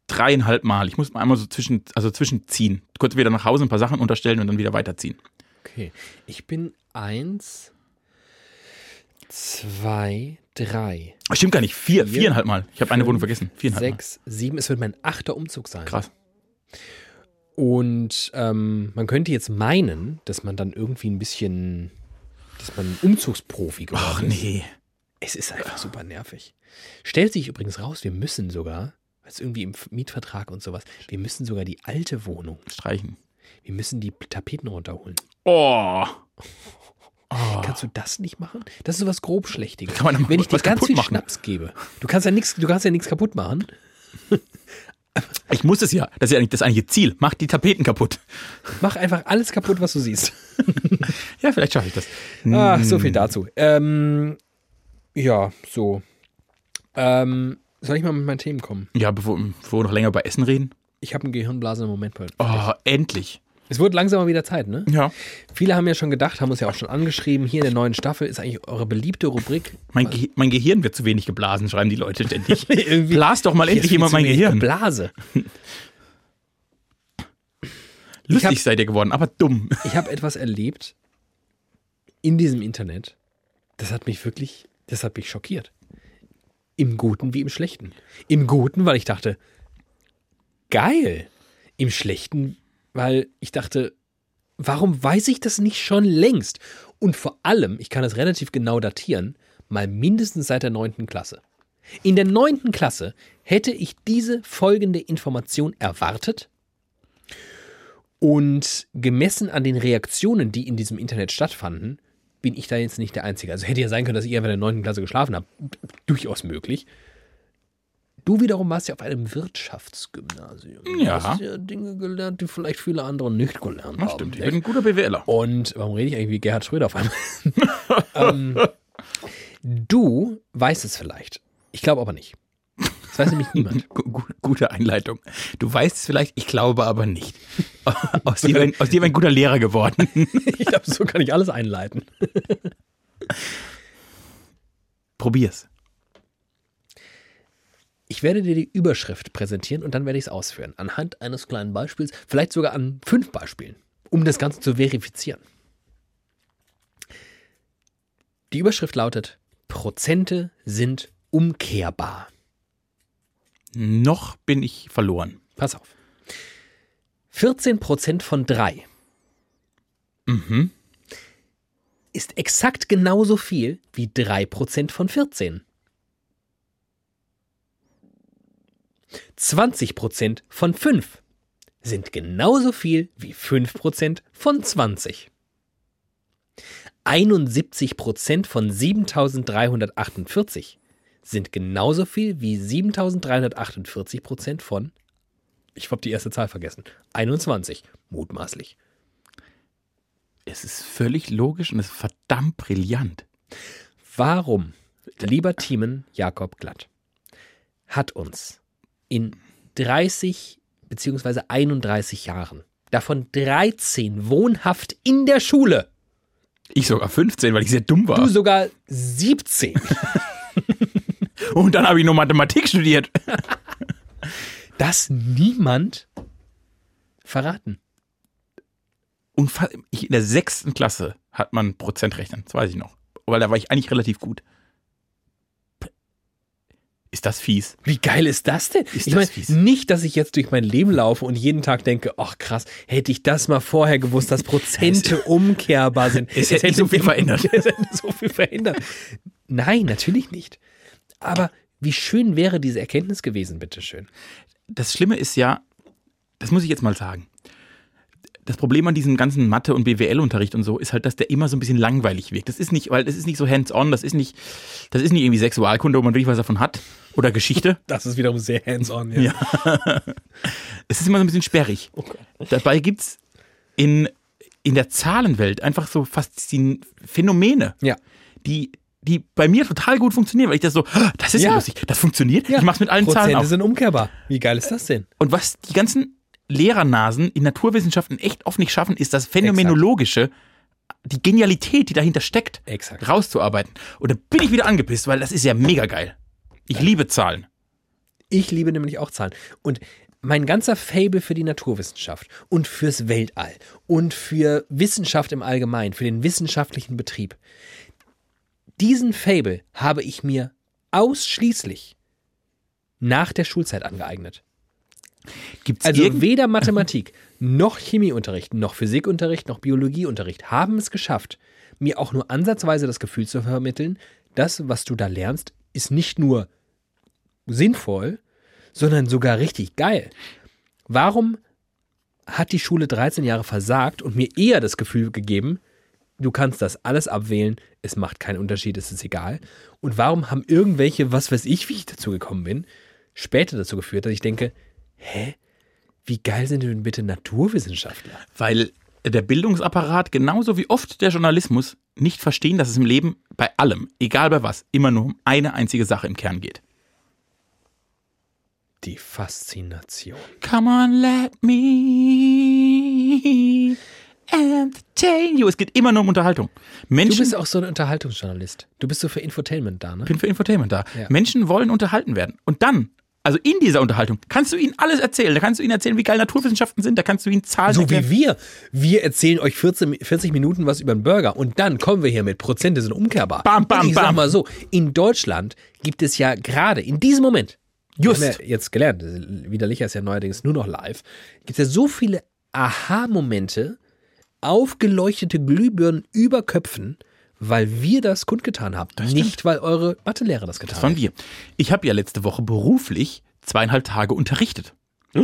Speaker 2: dreieinhalb Mal. Ich musste mal einmal so zwischen, also zwischenziehen. Kurz wieder nach Hause ein paar Sachen unterstellen und dann wieder weiterziehen.
Speaker 1: Okay. Ich bin eins, zwei, drei,
Speaker 2: Ach, Stimmt gar nicht. Vier,
Speaker 1: Vier,
Speaker 2: viereinhalb Mal. Ich habe eine
Speaker 1: fünf,
Speaker 2: Wohnung vergessen. Viereinhalb
Speaker 1: sechs, sieben. Es wird mein achter Umzug sein.
Speaker 2: Mal. Krass.
Speaker 1: Und ähm, man könnte jetzt meinen, dass man dann irgendwie ein bisschen, dass man ein Umzugsprofi geworden
Speaker 2: Ach
Speaker 1: ist.
Speaker 2: nee.
Speaker 1: Es ist einfach super nervig. Stellt sich übrigens raus, wir müssen sogar, was irgendwie im Mietvertrag und sowas, wir müssen sogar die alte Wohnung,
Speaker 2: Streichen.
Speaker 1: wir müssen die Tapeten runterholen.
Speaker 2: Oh. Oh.
Speaker 1: Kannst du das nicht machen? Das ist sowas grobschlächtiges.
Speaker 2: Kann man doch mal
Speaker 1: Wenn ich dir
Speaker 2: was
Speaker 1: ganz
Speaker 2: kaputt
Speaker 1: viel
Speaker 2: machen.
Speaker 1: Schnaps gebe. Du kannst ja nichts, du kannst ja nichts kaputt machen.
Speaker 2: Ich muss es ja. Das ist ja eigentlich das eigentliche Ziel. Mach die Tapeten kaputt.
Speaker 1: Mach einfach alles kaputt, was du siehst.
Speaker 2: Ja, vielleicht schaffe ich das.
Speaker 1: Ach,
Speaker 2: Mm.
Speaker 1: so viel dazu. Ähm, ja, so. Ähm, soll ich mal mit meinen Themen kommen?
Speaker 2: Ja, bevor, bevor wir noch länger über Essen reden.
Speaker 1: Ich habe einen Gehirnblasen im Moment. Paul.
Speaker 2: Oh, endlich.
Speaker 1: Es wird langsam mal wieder Zeit, ne?
Speaker 2: Ja.
Speaker 1: Viele haben ja schon gedacht, haben uns ja auch schon angeschrieben, hier in der neuen Staffel ist eigentlich eure beliebte Rubrik.
Speaker 2: Mein, Ge mein Gehirn wird zu wenig geblasen, schreiben die Leute ständig.
Speaker 1: Irgendwie-
Speaker 2: Blas doch mal
Speaker 1: Hier ist
Speaker 2: endlich
Speaker 1: viel
Speaker 2: jemand
Speaker 1: zu
Speaker 2: mein
Speaker 1: wenig
Speaker 2: Gehirn.
Speaker 1: Blase. Ich hab-
Speaker 2: Lustig seid ihr geworden, aber dumm.
Speaker 1: Ich habe etwas erlebt in diesem Internet, das hat mich wirklich, das hat mich schockiert. Im Guten wie im Schlechten. Im Guten, weil ich dachte, geil. Im Schlechten, weil ich dachte, warum weiß ich das nicht schon längst? Und vor allem, ich kann es relativ genau datieren, mal mindestens seit der 9. Klasse. In der 9. Klasse hätte ich diese folgende Information erwartet und gemessen an den Reaktionen, die in diesem Internet stattfanden, bin ich da jetzt nicht der Einzige. Also hätte ja sein können, dass ich einfach in der 9. Klasse geschlafen habe. Durchaus möglich. Du wiederum warst ja auf einem Wirtschaftsgymnasium.
Speaker 2: Ja.
Speaker 1: Du hast ja Dinge gelernt, die vielleicht viele andere nicht gelernt
Speaker 2: Das
Speaker 1: haben.
Speaker 2: stimmt, ich
Speaker 1: nicht?
Speaker 2: bin ein guter BWLer.
Speaker 1: Und warum rede ich eigentlich wie Gerhard Schröder auf einmal? ähm, du weißt es vielleicht. Ich glaube aber nicht. Das weiß nämlich niemand.
Speaker 2: Gu- gu- Gute Einleitung. Du weißt es vielleicht, ich glaube aber nicht. Aus dir, wär- aus dir wäre ein guter Lehrer geworden.
Speaker 1: Ich glaube, so kann ich alles einleiten.
Speaker 2: Probier's.
Speaker 1: Ich werde dir die Überschrift präsentieren und dann werde ich es ausführen. Anhand eines kleinen Beispiels, vielleicht sogar an fünf Beispielen, um das Ganze zu verifizieren. Die Überschrift lautet: Prozente sind umkehrbar.
Speaker 2: Noch bin ich verloren.
Speaker 1: Pass auf. 14% von 3
Speaker 2: Mhm.
Speaker 1: ist exakt genauso viel wie 3% von 14. 20% von 5 sind genauso viel wie 5% von 20. 71% von 7348 sind genauso viel wie 7348% von, ich habe die erste Zahl vergessen, 21, mutmaßlich.
Speaker 2: Es ist völlig logisch und es ist verdammt brillant.
Speaker 1: Warum, lieber Thiemen Jakob Glatt, hat uns in 30 bzw. 31 Jahren, davon 13 wohnhaft in der Schule,
Speaker 2: Ich sogar 15, weil ich sehr dumm
Speaker 1: du
Speaker 2: war.
Speaker 1: sogar 17,
Speaker 2: Und dann habe ich nur Mathematik studiert.
Speaker 1: dass niemand verraten.
Speaker 2: Unfass ich, in der sechsten Klasse hat man Prozentrechnen, das weiß ich noch. Weil da war ich eigentlich relativ gut. Ist das fies?
Speaker 1: Wie geil ist das denn?
Speaker 2: Ist
Speaker 1: ich
Speaker 2: das
Speaker 1: meine,
Speaker 2: fies.
Speaker 1: nicht, dass ich jetzt durch mein Leben laufe und jeden Tag denke, ach krass, hätte ich das mal vorher gewusst, dass Prozente umkehrbar sind.
Speaker 2: Es hätte nicht so viel verändert.
Speaker 1: Es hätte so viel verändert. Nein, natürlich nicht. Aber wie schön wäre diese Erkenntnis gewesen, bitteschön.
Speaker 2: das Schlimme ist ja, das muss ich jetzt mal sagen. Das Problem an diesem ganzen Mathe- und BWL-Unterricht und so ist halt, dass der immer so ein bisschen langweilig wirkt. Das ist nicht, weil das ist nicht so hands-on, das ist nicht, das ist nicht irgendwie Sexualkunde, wo man wirklich was davon hat. Oder Geschichte.
Speaker 1: Das ist wiederum sehr hands-on. Ja.
Speaker 2: Es ist immer so ein bisschen sperrig. Dabei gibt es in, in der Zahlenwelt einfach so faszinierende Phänomene,
Speaker 1: ja.
Speaker 2: die, die bei mir total gut funktionieren, weil ich das so, "Ah, das ist ja
Speaker 1: Ja.
Speaker 2: lustig, das funktioniert,
Speaker 1: Ja.
Speaker 2: ich mach's mit allen Zahlen
Speaker 1: Prozente
Speaker 2: auf.
Speaker 1: sind umkehrbar. Wie geil ist das denn?
Speaker 2: Und was die ganzen Lehrernasen in Naturwissenschaften echt oft nicht schaffen, ist das Phänomenologische, die Genialität, die dahinter steckt,
Speaker 1: Exakt.
Speaker 2: rauszuarbeiten. Und da bin ich wieder angepisst, weil das ist ja mega geil. Ich liebe Zahlen.
Speaker 1: Ich liebe nämlich auch Zahlen. Und mein ganzer Fable für die Naturwissenschaft und fürs Weltall und für Wissenschaft im Allgemeinen, für den wissenschaftlichen Betrieb, diesen Fable habe ich mir ausschließlich nach der Schulzeit angeeignet.
Speaker 2: Gibt's
Speaker 1: Also
Speaker 2: irgend-
Speaker 1: weder Mathematik noch Chemieunterricht noch Physikunterricht noch Biologieunterricht haben es geschafft, mir auch nur ansatzweise das Gefühl zu vermitteln, das, was du da lernst, ist nicht nur sinnvoll, sondern sogar richtig geil. Warum hat die Schule 13 Jahre versagt und mir eher das Gefühl gegeben, du kannst das alles abwählen, es macht keinen Unterschied, es ist egal. Und warum haben irgendwelche, was weiß ich, wie ich dazu gekommen bin, später dazu geführt, dass ich denke, hä, wie geil sind denn bitte Naturwissenschaftler?
Speaker 2: weil der Bildungsapparat genauso wie oft der Journalismus nicht verstehen, dass es im Leben bei allem, egal bei was, immer nur um eine einzige Sache im Kern geht.
Speaker 1: Die Faszination.
Speaker 2: Come on, let me entertain you. Es geht immer nur um Unterhaltung.
Speaker 1: Du
Speaker 2: Menschen
Speaker 1: bist auch so ein Unterhaltungsjournalist. Du bist so für Infotainment da, ne?
Speaker 2: bin für Infotainment da.
Speaker 1: Ja.
Speaker 2: Menschen wollen unterhalten werden. Und dann, also in dieser Unterhaltung, kannst du ihnen alles erzählen. Da kannst du ihnen erzählen, wie geil Naturwissenschaften sind. Da kannst du ihnen Zahlen
Speaker 1: So
Speaker 2: erklären.
Speaker 1: wie wir. Wir erzählen euch 14, 40 Minuten was über einen Burger und dann kommen wir hier mit Prozente sind umkehrbar.
Speaker 2: Bam, bam,
Speaker 1: und ich sag
Speaker 2: bam.
Speaker 1: mal so, in Deutschland gibt es ja gerade in diesem Moment,
Speaker 2: Just.
Speaker 1: wir haben ja jetzt gelernt, widerlicher ist ja neuerdings nur noch live, gibt es ja so viele Aha-Momente, aufgeleuchtete Glühbirnen über Köpfen, weil wir das kundgetan haben. Nicht, weil eure Mathelehrer das getan
Speaker 2: Das
Speaker 1: haben.
Speaker 2: waren wir. Ich habe ja letzte Woche beruflich zweieinhalb Tage unterrichtet.
Speaker 1: Das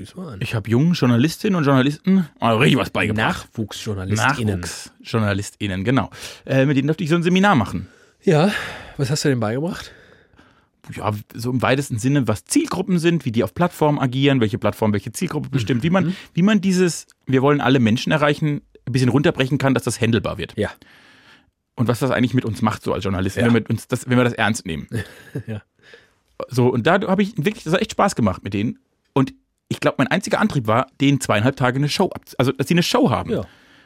Speaker 1: ist wahr.
Speaker 2: Ich habe jungen Journalistinnen und Journalisten mal richtig was beigebracht.
Speaker 1: NachwuchsjournalistInnen.
Speaker 2: Nachwuchsjournalistinnen, genau. Äh, mit denen durfte ich so ein Seminar machen.
Speaker 1: Ja, was hast du denn beigebracht?
Speaker 2: ja, so im weitesten Sinne, was Zielgruppen sind, wie die auf Plattformen agieren, welche Plattform welche Zielgruppe bestimmt, wie
Speaker 1: Mhm.
Speaker 2: man, wie man dieses, wir wollen alle Menschen erreichen, ein bisschen runterbrechen kann, dass das handelbar wird.
Speaker 1: Ja.
Speaker 2: Und was das eigentlich mit uns macht, so als Journalisten,
Speaker 1: Ja.
Speaker 2: wenn, wir mit uns das, wenn wir das ernst nehmen.
Speaker 1: Ja.
Speaker 2: So, und da habe ich wirklich, das hat echt Spaß gemacht mit denen. Und ich glaube, mein einziger Antrieb war, denen zweieinhalb Tage eine Show ab, also dass sie eine Show haben.
Speaker 1: Ja.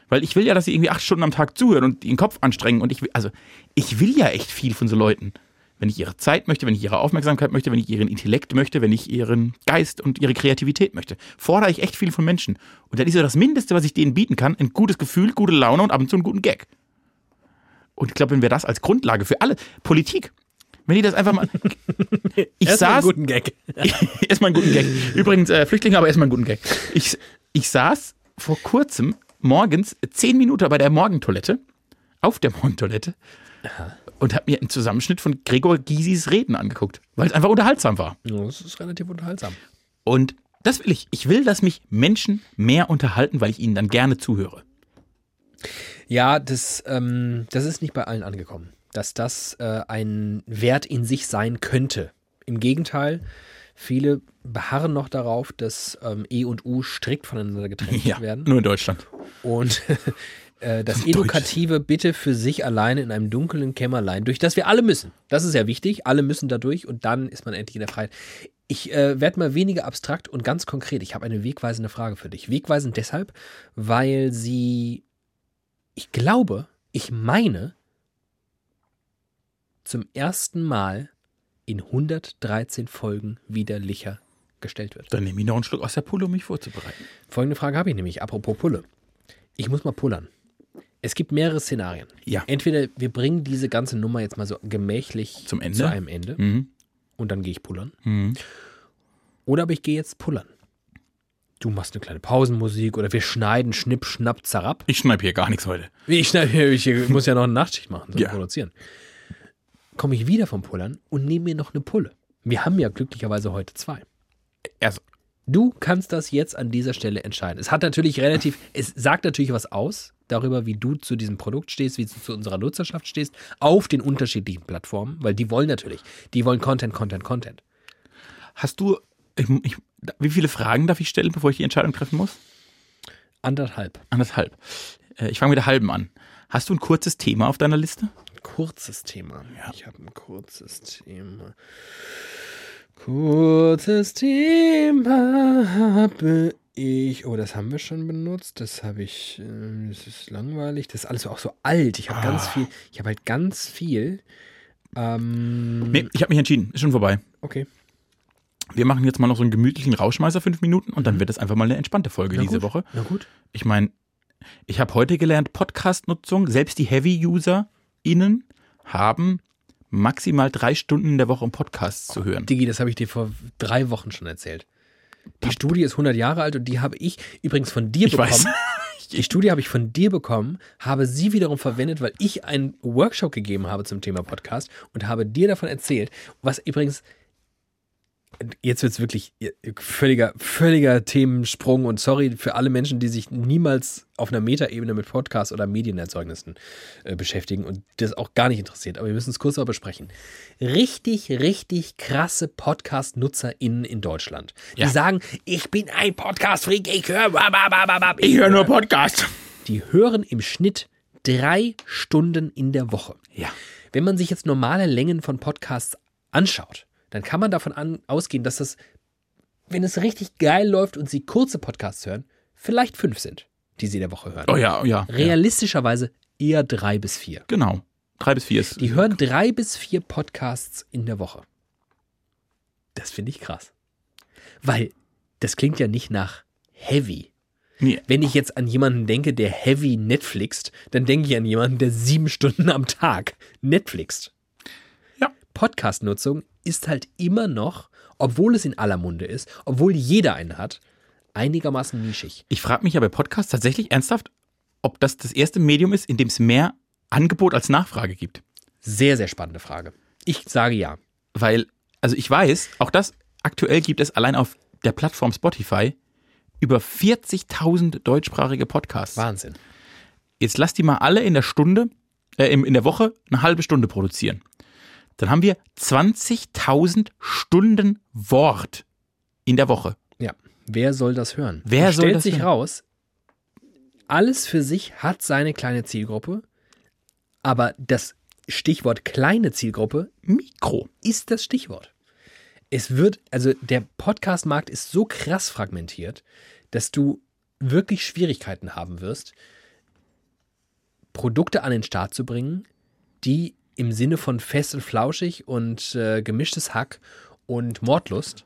Speaker 2: Weil ich will ja, dass sie irgendwie acht Stunden am Tag zuhören und ihren Kopf anstrengen. Und ich will, also ich will ja echt viel von so Leuten. Wenn ich ihre Zeit möchte, wenn ich ihre Aufmerksamkeit möchte, wenn ich ihren Intellekt möchte, wenn ich ihren Geist und ihre Kreativität möchte, fordere ich echt viel von Menschen. Und dann ist ja das Mindeste, was ich denen bieten kann, ein gutes Gefühl, gute Laune und ab und zu einen guten Gag. Und ich glaube, wenn wir das als Grundlage für alle Politik, wenn die das einfach mal. Ich
Speaker 1: Erstmal einen
Speaker 2: saß
Speaker 1: guten Gag.
Speaker 2: erstmal einen guten Gag. Übrigens, äh, Flüchtlinge, aber erstmal einen guten Gag. Ich, ich saß vor kurzem morgens zehn Minuten bei der Morgentoilette, auf der Morgentoilette, und habe mir einen Zusammenschnitt von Gregor Gysis Reden angeguckt, weil es einfach unterhaltsam war.
Speaker 1: Ja, Das ist relativ unterhaltsam.
Speaker 2: Und das will ich. Ich will, dass mich Menschen mehr unterhalten, weil ich ihnen dann gerne zuhöre.
Speaker 1: Ja, das, ähm, das ist nicht bei allen angekommen, dass das äh, ein Wert in sich sein könnte. Im Gegenteil, viele beharren noch darauf, dass ähm, E und U strikt voneinander getrennt werden.
Speaker 2: nur in Deutschland.
Speaker 1: und äh, das Edukative bitte für sich alleine in einem dunklen Kämmerlein, durch das wir alle müssen. Das ist ja wichtig, alle müssen da durch und dann ist man endlich in der Freiheit. Ich äh, werde mal weniger abstrakt und ganz konkret. Ich habe eine wegweisende Frage für dich. Wegweisend deshalb, weil sie, ich glaube, ich meine, zum ersten Mal in 113 Folgen widerlicher gestellt wird.
Speaker 2: Dann nehme ich noch einen Schluck aus der Pulle, um mich vorzubereiten.
Speaker 1: Folgende Frage habe ich nämlich, apropos Pulle. Ich muss mal pullern. Es gibt mehrere Szenarien.
Speaker 2: Ja.
Speaker 1: Entweder wir bringen diese ganze Nummer jetzt mal so gemächlich
Speaker 2: Zum Ende?
Speaker 1: zu einem Ende
Speaker 2: Mhm.
Speaker 1: und dann gehe ich pullern.
Speaker 2: Mhm.
Speaker 1: Oder aber ich gehe jetzt pullern. Du machst eine kleine Pausenmusik oder wir schneiden Schnipp, Schnapp, Zarab.
Speaker 2: Ich schneide hier gar nichts heute.
Speaker 1: Ich, schneide, ich muss ja noch eine Nachtschicht machen, so
Speaker 2: Ja.
Speaker 1: produzieren. Komme ich wieder vom Pullern und nehme mir noch eine Pulle. Wir haben ja glücklicherweise heute zwei.
Speaker 2: Also,
Speaker 1: Du kannst das jetzt an dieser Stelle entscheiden. Es hat natürlich relativ, es sagt natürlich was aus darüber, wie du zu diesem Produkt stehst, wie du zu unserer Nutzerschaft stehst, auf den unterschiedlichen Plattformen, weil die wollen natürlich, die wollen Content, Content, Content.
Speaker 2: hast du. Ich, ich, wie viele Fragen darf ich stellen, bevor ich die Entscheidung treffen muss?
Speaker 1: Anderthalb.
Speaker 2: Anderthalb. Äh, Ich fange mit der halben an. Hast du ein kurzes Thema auf deiner Liste?
Speaker 1: Kurzes Thema. Ich habe ein kurzes Thema. Kurzes Thema habe ich. Oh, das haben wir schon benutzt. Das habe ich. ähm, Das ist langweilig. Das ist alles auch so alt. Ich habe
Speaker 2: Ah.
Speaker 1: ganz viel. Ich habe halt ganz viel. Ähm,
Speaker 2: Nee, ich habe mich entschieden. Ist schon vorbei.
Speaker 1: okay.
Speaker 2: Wir machen jetzt mal noch so einen gemütlichen Rauschmeißer fünf Minuten und dann wird es einfach mal eine entspannte Folge
Speaker 1: Mhm. Na
Speaker 2: diese
Speaker 1: gut.
Speaker 2: Woche.
Speaker 1: Na gut.
Speaker 2: Ich meine, ich habe heute gelernt, Podcast-Nutzung, selbst die Heavy-UserInnen haben maximal drei Stunden in der Woche, um Podcasts zu hören.
Speaker 1: Digi, das habe ich dir vor drei Wochen schon erzählt. Die Studie ist 100 Jahre alt und die habe ich übrigens von dir
Speaker 2: Ich
Speaker 1: bekommen.
Speaker 2: weiß.
Speaker 1: Die Studie habe ich von dir bekommen, habe sie wiederum verwendet, weil ich einen Workshop gegeben habe zum Thema Podcast und habe dir davon erzählt, was übrigens jetzt wird es wirklich äh, völliger, völliger Themensprung und sorry für alle Menschen, die sich niemals auf einer Metaebene mit Podcasts oder Medienerzeugnissen äh, beschäftigen und das auch gar nicht interessiert, aber wir müssen es kurz mal besprechen. Richtig, richtig krasse Podcast-NutzerInnen in Deutschland. Die
Speaker 2: Ja.
Speaker 1: sagen, ich bin ein Podcast-Freak, ich höre ich
Speaker 2: höre nur Podcasts.
Speaker 1: die hören im Schnitt drei Stunden in der Woche.
Speaker 2: Ja.
Speaker 1: Wenn man sich jetzt normale Längen von Podcasts anschaut, dann kann man davon an, ausgehen, dass das, wenn es richtig geil läuft und sie kurze Podcasts hören, vielleicht fünf sind, die sie in der Woche hören.
Speaker 2: Oh ja, oh ja. ja.
Speaker 1: Realistischerweise eher drei bis vier.
Speaker 2: Genau. Drei bis vier ist.
Speaker 1: Die hören drei bis vier Podcasts in der Woche. Das finde ich krass. Weil das klingt ja nicht nach heavy.
Speaker 2: Nee.
Speaker 1: Wenn ich jetzt an jemanden denke, der heavy Netflixt, dann denke ich an jemanden, der sieben Stunden am Tag Netflixt.
Speaker 2: Ja.
Speaker 1: Podcast-Nutzung ist halt immer noch, obwohl es in aller Munde ist, obwohl jeder einen hat, einigermaßen nischig.
Speaker 2: Ich frage mich ja bei Podcasts tatsächlich ernsthaft, ob das das erste Medium ist, in dem es mehr Angebot als Nachfrage gibt.
Speaker 1: Sehr, sehr spannende Frage. Ich sage ja.
Speaker 2: Weil, also ich weiß, auch das aktuell gibt es allein auf der Plattform Spotify über 40.000 deutschsprachige Podcasts.
Speaker 1: Wahnsinn.
Speaker 2: Jetzt lass die mal alle in der Stunde, äh, im- in der Woche eine halbe Stunde produzieren. Dann haben wir 20.000 Stunden Wort in der Woche.
Speaker 1: Ja, wer soll das hören?
Speaker 2: Wer
Speaker 1: Und
Speaker 2: soll
Speaker 1: stellt
Speaker 2: das
Speaker 1: sich
Speaker 2: hören?
Speaker 1: raus, alles für sich hat seine kleine Zielgruppe, aber das Stichwort kleine Zielgruppe
Speaker 2: Mikro.
Speaker 1: ist das Stichwort. Es wird, also der Podcast-Markt ist so krass fragmentiert, dass du wirklich Schwierigkeiten haben wirst, Produkte an den Start zu bringen, die im Sinne von fest und flauschig und äh, gemischtes Hack und Mordlust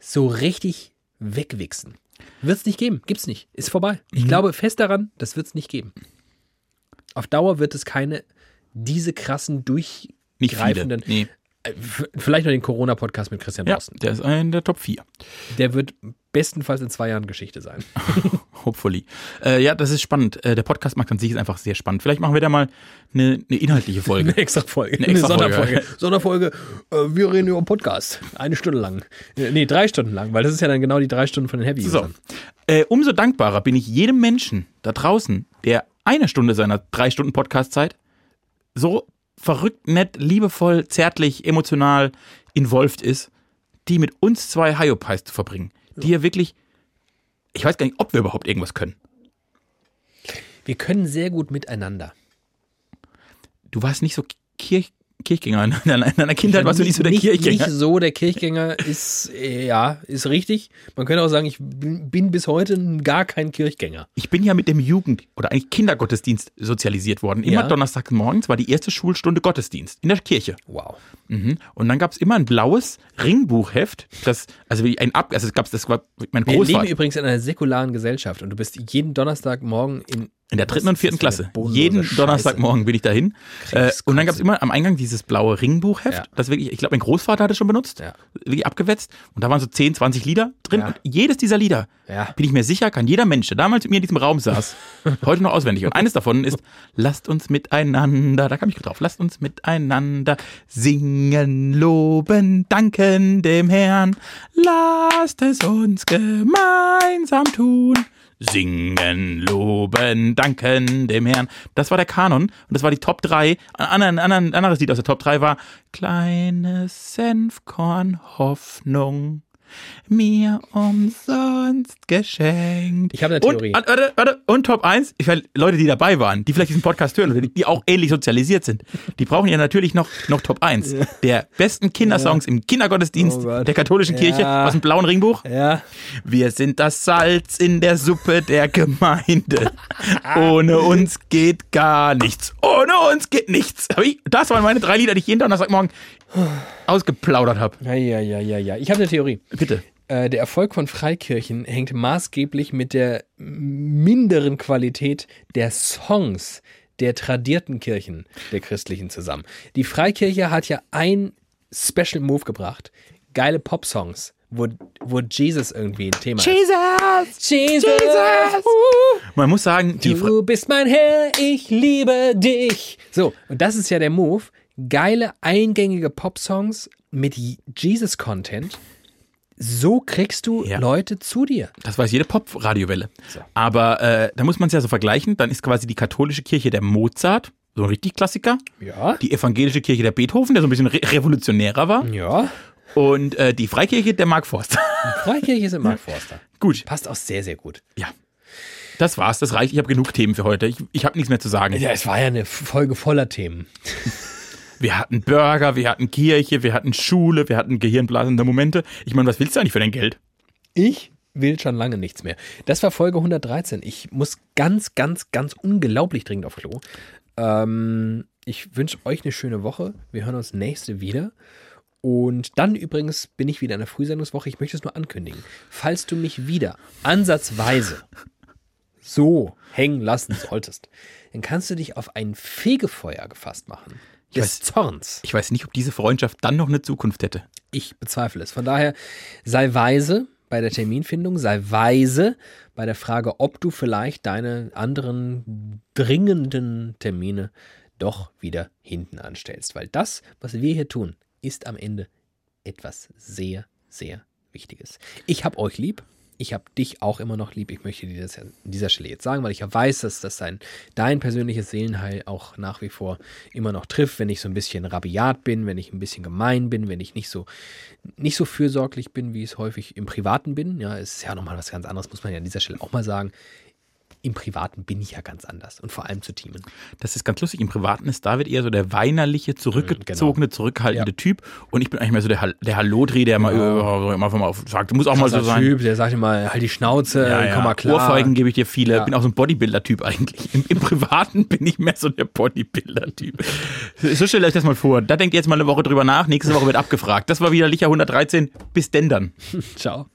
Speaker 1: so richtig wegwichsen. Wird es nicht geben, gibt's nicht, ist vorbei. Ich
Speaker 2: Mhm.
Speaker 1: glaube fest daran, das wird es nicht geben. Auf Dauer wird es keine diese krassen
Speaker 2: Nicht
Speaker 1: durchgreifenden
Speaker 2: viele. Nee.
Speaker 1: äh, v- Vielleicht noch den Corona-Podcast mit Christian
Speaker 2: Ja,
Speaker 1: Drosten.
Speaker 2: der ist in der Top 4.
Speaker 1: Der wird bestenfalls in zwei Jahren Geschichte sein.
Speaker 2: Hopefully. Äh, ja, das ist spannend. Äh, der Podcastmarkt an sich ist einfach sehr spannend. Vielleicht machen wir da mal eine, eine inhaltliche Folge.
Speaker 1: Eine extra Folge. Eine,
Speaker 2: extra
Speaker 1: Sonderfolge. Sonderfolge. Äh, wir reden über Podcast. Eine Stunde lang. Äh, Nee, drei Stunden lang, weil das ist ja dann genau die drei Stunden von den heavy
Speaker 2: So.
Speaker 1: Usern.
Speaker 2: Äh, umso dankbarer bin ich jedem Menschen da draußen, der eine Stunde seiner drei Stunden Podcast-Zeit so verrückt, nett, liebevoll, zärtlich, emotional involved ist, die mit uns zwei Hyopies zu verbringen. Die ja wirklich, ich weiß gar nicht, ob wir überhaupt irgendwas können.
Speaker 1: Wir können sehr gut miteinander.
Speaker 2: Du warst nicht so kirch, Kirchgänger. In deiner, in deiner Kindheit warst du nicht so der
Speaker 1: nicht,
Speaker 2: Kirchgänger.
Speaker 1: Nicht so, der Kirchgänger ist, äh, ja, ist richtig. Man könnte auch sagen, ich bin bin bis heute gar kein Kirchgänger.
Speaker 2: Ich bin ja mit dem Jugend- oder eigentlich Kindergottesdienst sozialisiert worden. Immer
Speaker 1: Ja.
Speaker 2: Donnerstagmorgens war die erste Schulstunde Gottesdienst in der Kirche.
Speaker 1: Wow.
Speaker 2: Mhm. Und dann gab es immer ein blaues Ringbuchheft, das, also wie ein Ab, also es gab's, das war mein
Speaker 1: Wir leben
Speaker 2: Großvater.
Speaker 1: übrigens in einer säkularen Gesellschaft und du bist jeden Donnerstagmorgen in.
Speaker 2: In der dritten und
Speaker 1: Was ist das für
Speaker 2: vierten
Speaker 1: eine
Speaker 2: Klasse.
Speaker 1: bodenlose
Speaker 2: Jeden
Speaker 1: Scheiße?
Speaker 2: Donnerstagmorgen bin ich dahin. Äh, und dann gab es immer am Eingang dieses blaue Ringbuchheft,
Speaker 1: Ja.
Speaker 2: das wirklich, ich glaube, mein Großvater hat es schon benutzt,
Speaker 1: Ja.
Speaker 2: wirklich abgewetzt. Und da waren so 10, 20 Lieder drin.
Speaker 1: Ja.
Speaker 2: Und jedes dieser Lieder,
Speaker 1: Ja.
Speaker 2: bin ich mir sicher, kann jeder Mensch, der damals mit mir in diesem Raum saß, heute noch auswendig. Und eines davon ist, lasst uns miteinander, da kam ich drauf, lasst uns miteinander singen, loben, danken dem Herrn. Lasst es uns gemeinsam tun. Singen, loben, danken dem Herrn. Das war der Kanon und das war die Top 3. Ein, ein, ein, ein anderes Lied aus der Top 3 war Kleines Senfkorn Hoffnung mir umsonst geschenkt.
Speaker 1: Ich habe eine Theorie.
Speaker 2: Und, warte, warte, und Top 1, ich weiß, Leute, die dabei waren, die vielleicht diesen Podcast hören oder die auch ähnlich sozialisiert sind, die brauchen ja natürlich noch, noch Top 1 der besten Kindersongs im Kindergottesdienst
Speaker 1: Oh Gott.
Speaker 2: der katholischen Kirche
Speaker 1: Ja.
Speaker 2: aus dem blauen Ringbuch.
Speaker 1: Ja.
Speaker 2: Wir sind das Salz in der Suppe der Gemeinde. Ohne uns geht gar nichts. Ohne uns geht nichts. Hab ich- Das waren meine drei Lieder, die ich jeden Donnerstagmorgen ausgeplaudert habe.
Speaker 1: Ja, ja, ja, ja, ja. Ich habe eine Theorie.
Speaker 2: Bitte.
Speaker 1: Äh, der Erfolg von Freikirchen hängt maßgeblich mit der minderen Qualität der Songs der tradierten Kirchen der christlichen zusammen. Die Freikirche hat ja ein Special Move gebracht. Geile Popsongs, wo, wo Jesus irgendwie ein Thema
Speaker 2: Jesus!
Speaker 1: ist. Jesus!
Speaker 2: Jesus! Man muss sagen, die Fra
Speaker 1: Du bist mein Herr, ich liebe dich. So, und das ist ja der Move. Geile, eingängige Popsongs mit Jesus-Content. So kriegst du
Speaker 2: Ja.
Speaker 1: Leute zu dir.
Speaker 2: das weiß jede Pop-Radiowelle.
Speaker 1: So.
Speaker 2: Aber äh, da muss man es ja so vergleichen. Dann ist quasi die katholische Kirche der Mozart, so ein richtig Klassiker.
Speaker 1: Ja.
Speaker 2: Die evangelische Kirche der Beethoven, der so ein bisschen re revolutionärer war.
Speaker 1: Ja.
Speaker 2: Und äh, die Freikirche der Mark Forster.
Speaker 1: Freikirche ist im Mark Forster.
Speaker 2: Gut,
Speaker 1: Passt auch sehr, sehr gut.
Speaker 2: ja. Das war's, das reicht. Ich habe genug Themen für heute. Ich, ich habe nichts mehr zu sagen.
Speaker 1: Ja, es war ja eine Folge voller Themen.
Speaker 2: Wir hatten Burger, wir hatten Kirche, wir hatten Schule, wir hatten gehirnblasende Momente. Ich meine, was willst du eigentlich für dein Geld?
Speaker 1: Ich will schon lange nichts mehr. Das war Folge 113. Ich muss ganz, ganz, ganz unglaublich dringend auf Klo. Ähm, ich wünsche euch eine schöne Woche. Wir hören uns nächste wieder. Und dann übrigens bin ich wieder in der Frühsendungswoche. Ich möchte es nur ankündigen. Falls du mich wieder ansatzweise so hängen lassen solltest, dann kannst du dich auf ein Fegefeuer gefasst machen. Des
Speaker 2: weiß-
Speaker 1: Zorns.
Speaker 2: Ich weiß nicht, ob diese Freundschaft dann noch eine Zukunft hätte.
Speaker 1: Ich bezweifle es. Von daher sei weise bei der Terminfindung, sei weise bei der Frage, ob du vielleicht deine anderen dringenden Termine doch wieder hinten anstellst. Weil das, was wir hier tun, ist am Ende etwas sehr, sehr Wichtiges. Ich habe euch lieb. Ich habe dich auch immer noch lieb. Ich möchte dir das an dieser Stelle jetzt sagen, weil ich ja weiß, dass das dein, dein persönliches Seelenheil auch nach wie vor immer noch trifft, wenn ich so ein bisschen rabiat bin, wenn ich ein bisschen gemein bin, wenn ich nicht so, nicht so fürsorglich bin, wie ich es häufig im Privaten bin. Ja, es ist ja nochmal was ganz anderes, muss man ja an dieser Stelle auch mal sagen. Im Privaten bin ich ja ganz anders und vor allem zu Teamen.
Speaker 2: Das ist ganz lustig. Im Privaten ist David eher so der weinerliche, zurückgezogene, zurückhaltende
Speaker 1: Äh, genau. Ja.
Speaker 2: Typ. Und ich bin eigentlich mehr so der, Hal- der Hallodri, der mal, äh, mal, mal auf, sagt, muss auch mal
Speaker 1: Krasser
Speaker 2: so Also sein.
Speaker 1: Typ, der sagt immer, halt die Schnauze,
Speaker 2: Ja, ja.
Speaker 1: komm mal klar.
Speaker 2: Ohrfeigen gebe ich dir viele.
Speaker 1: Ja.
Speaker 2: Bin auch so ein Bodybuilder-Typ eigentlich. Im, Im Privaten bin ich mehr so der Bodybuilder-Typ. So stellt euch das mal vor. Da denkt ihr jetzt mal eine Woche drüber nach. Nächste Woche wird abgefragt. Das war wieder Licher 113. Bis denn dann.
Speaker 1: Ciao.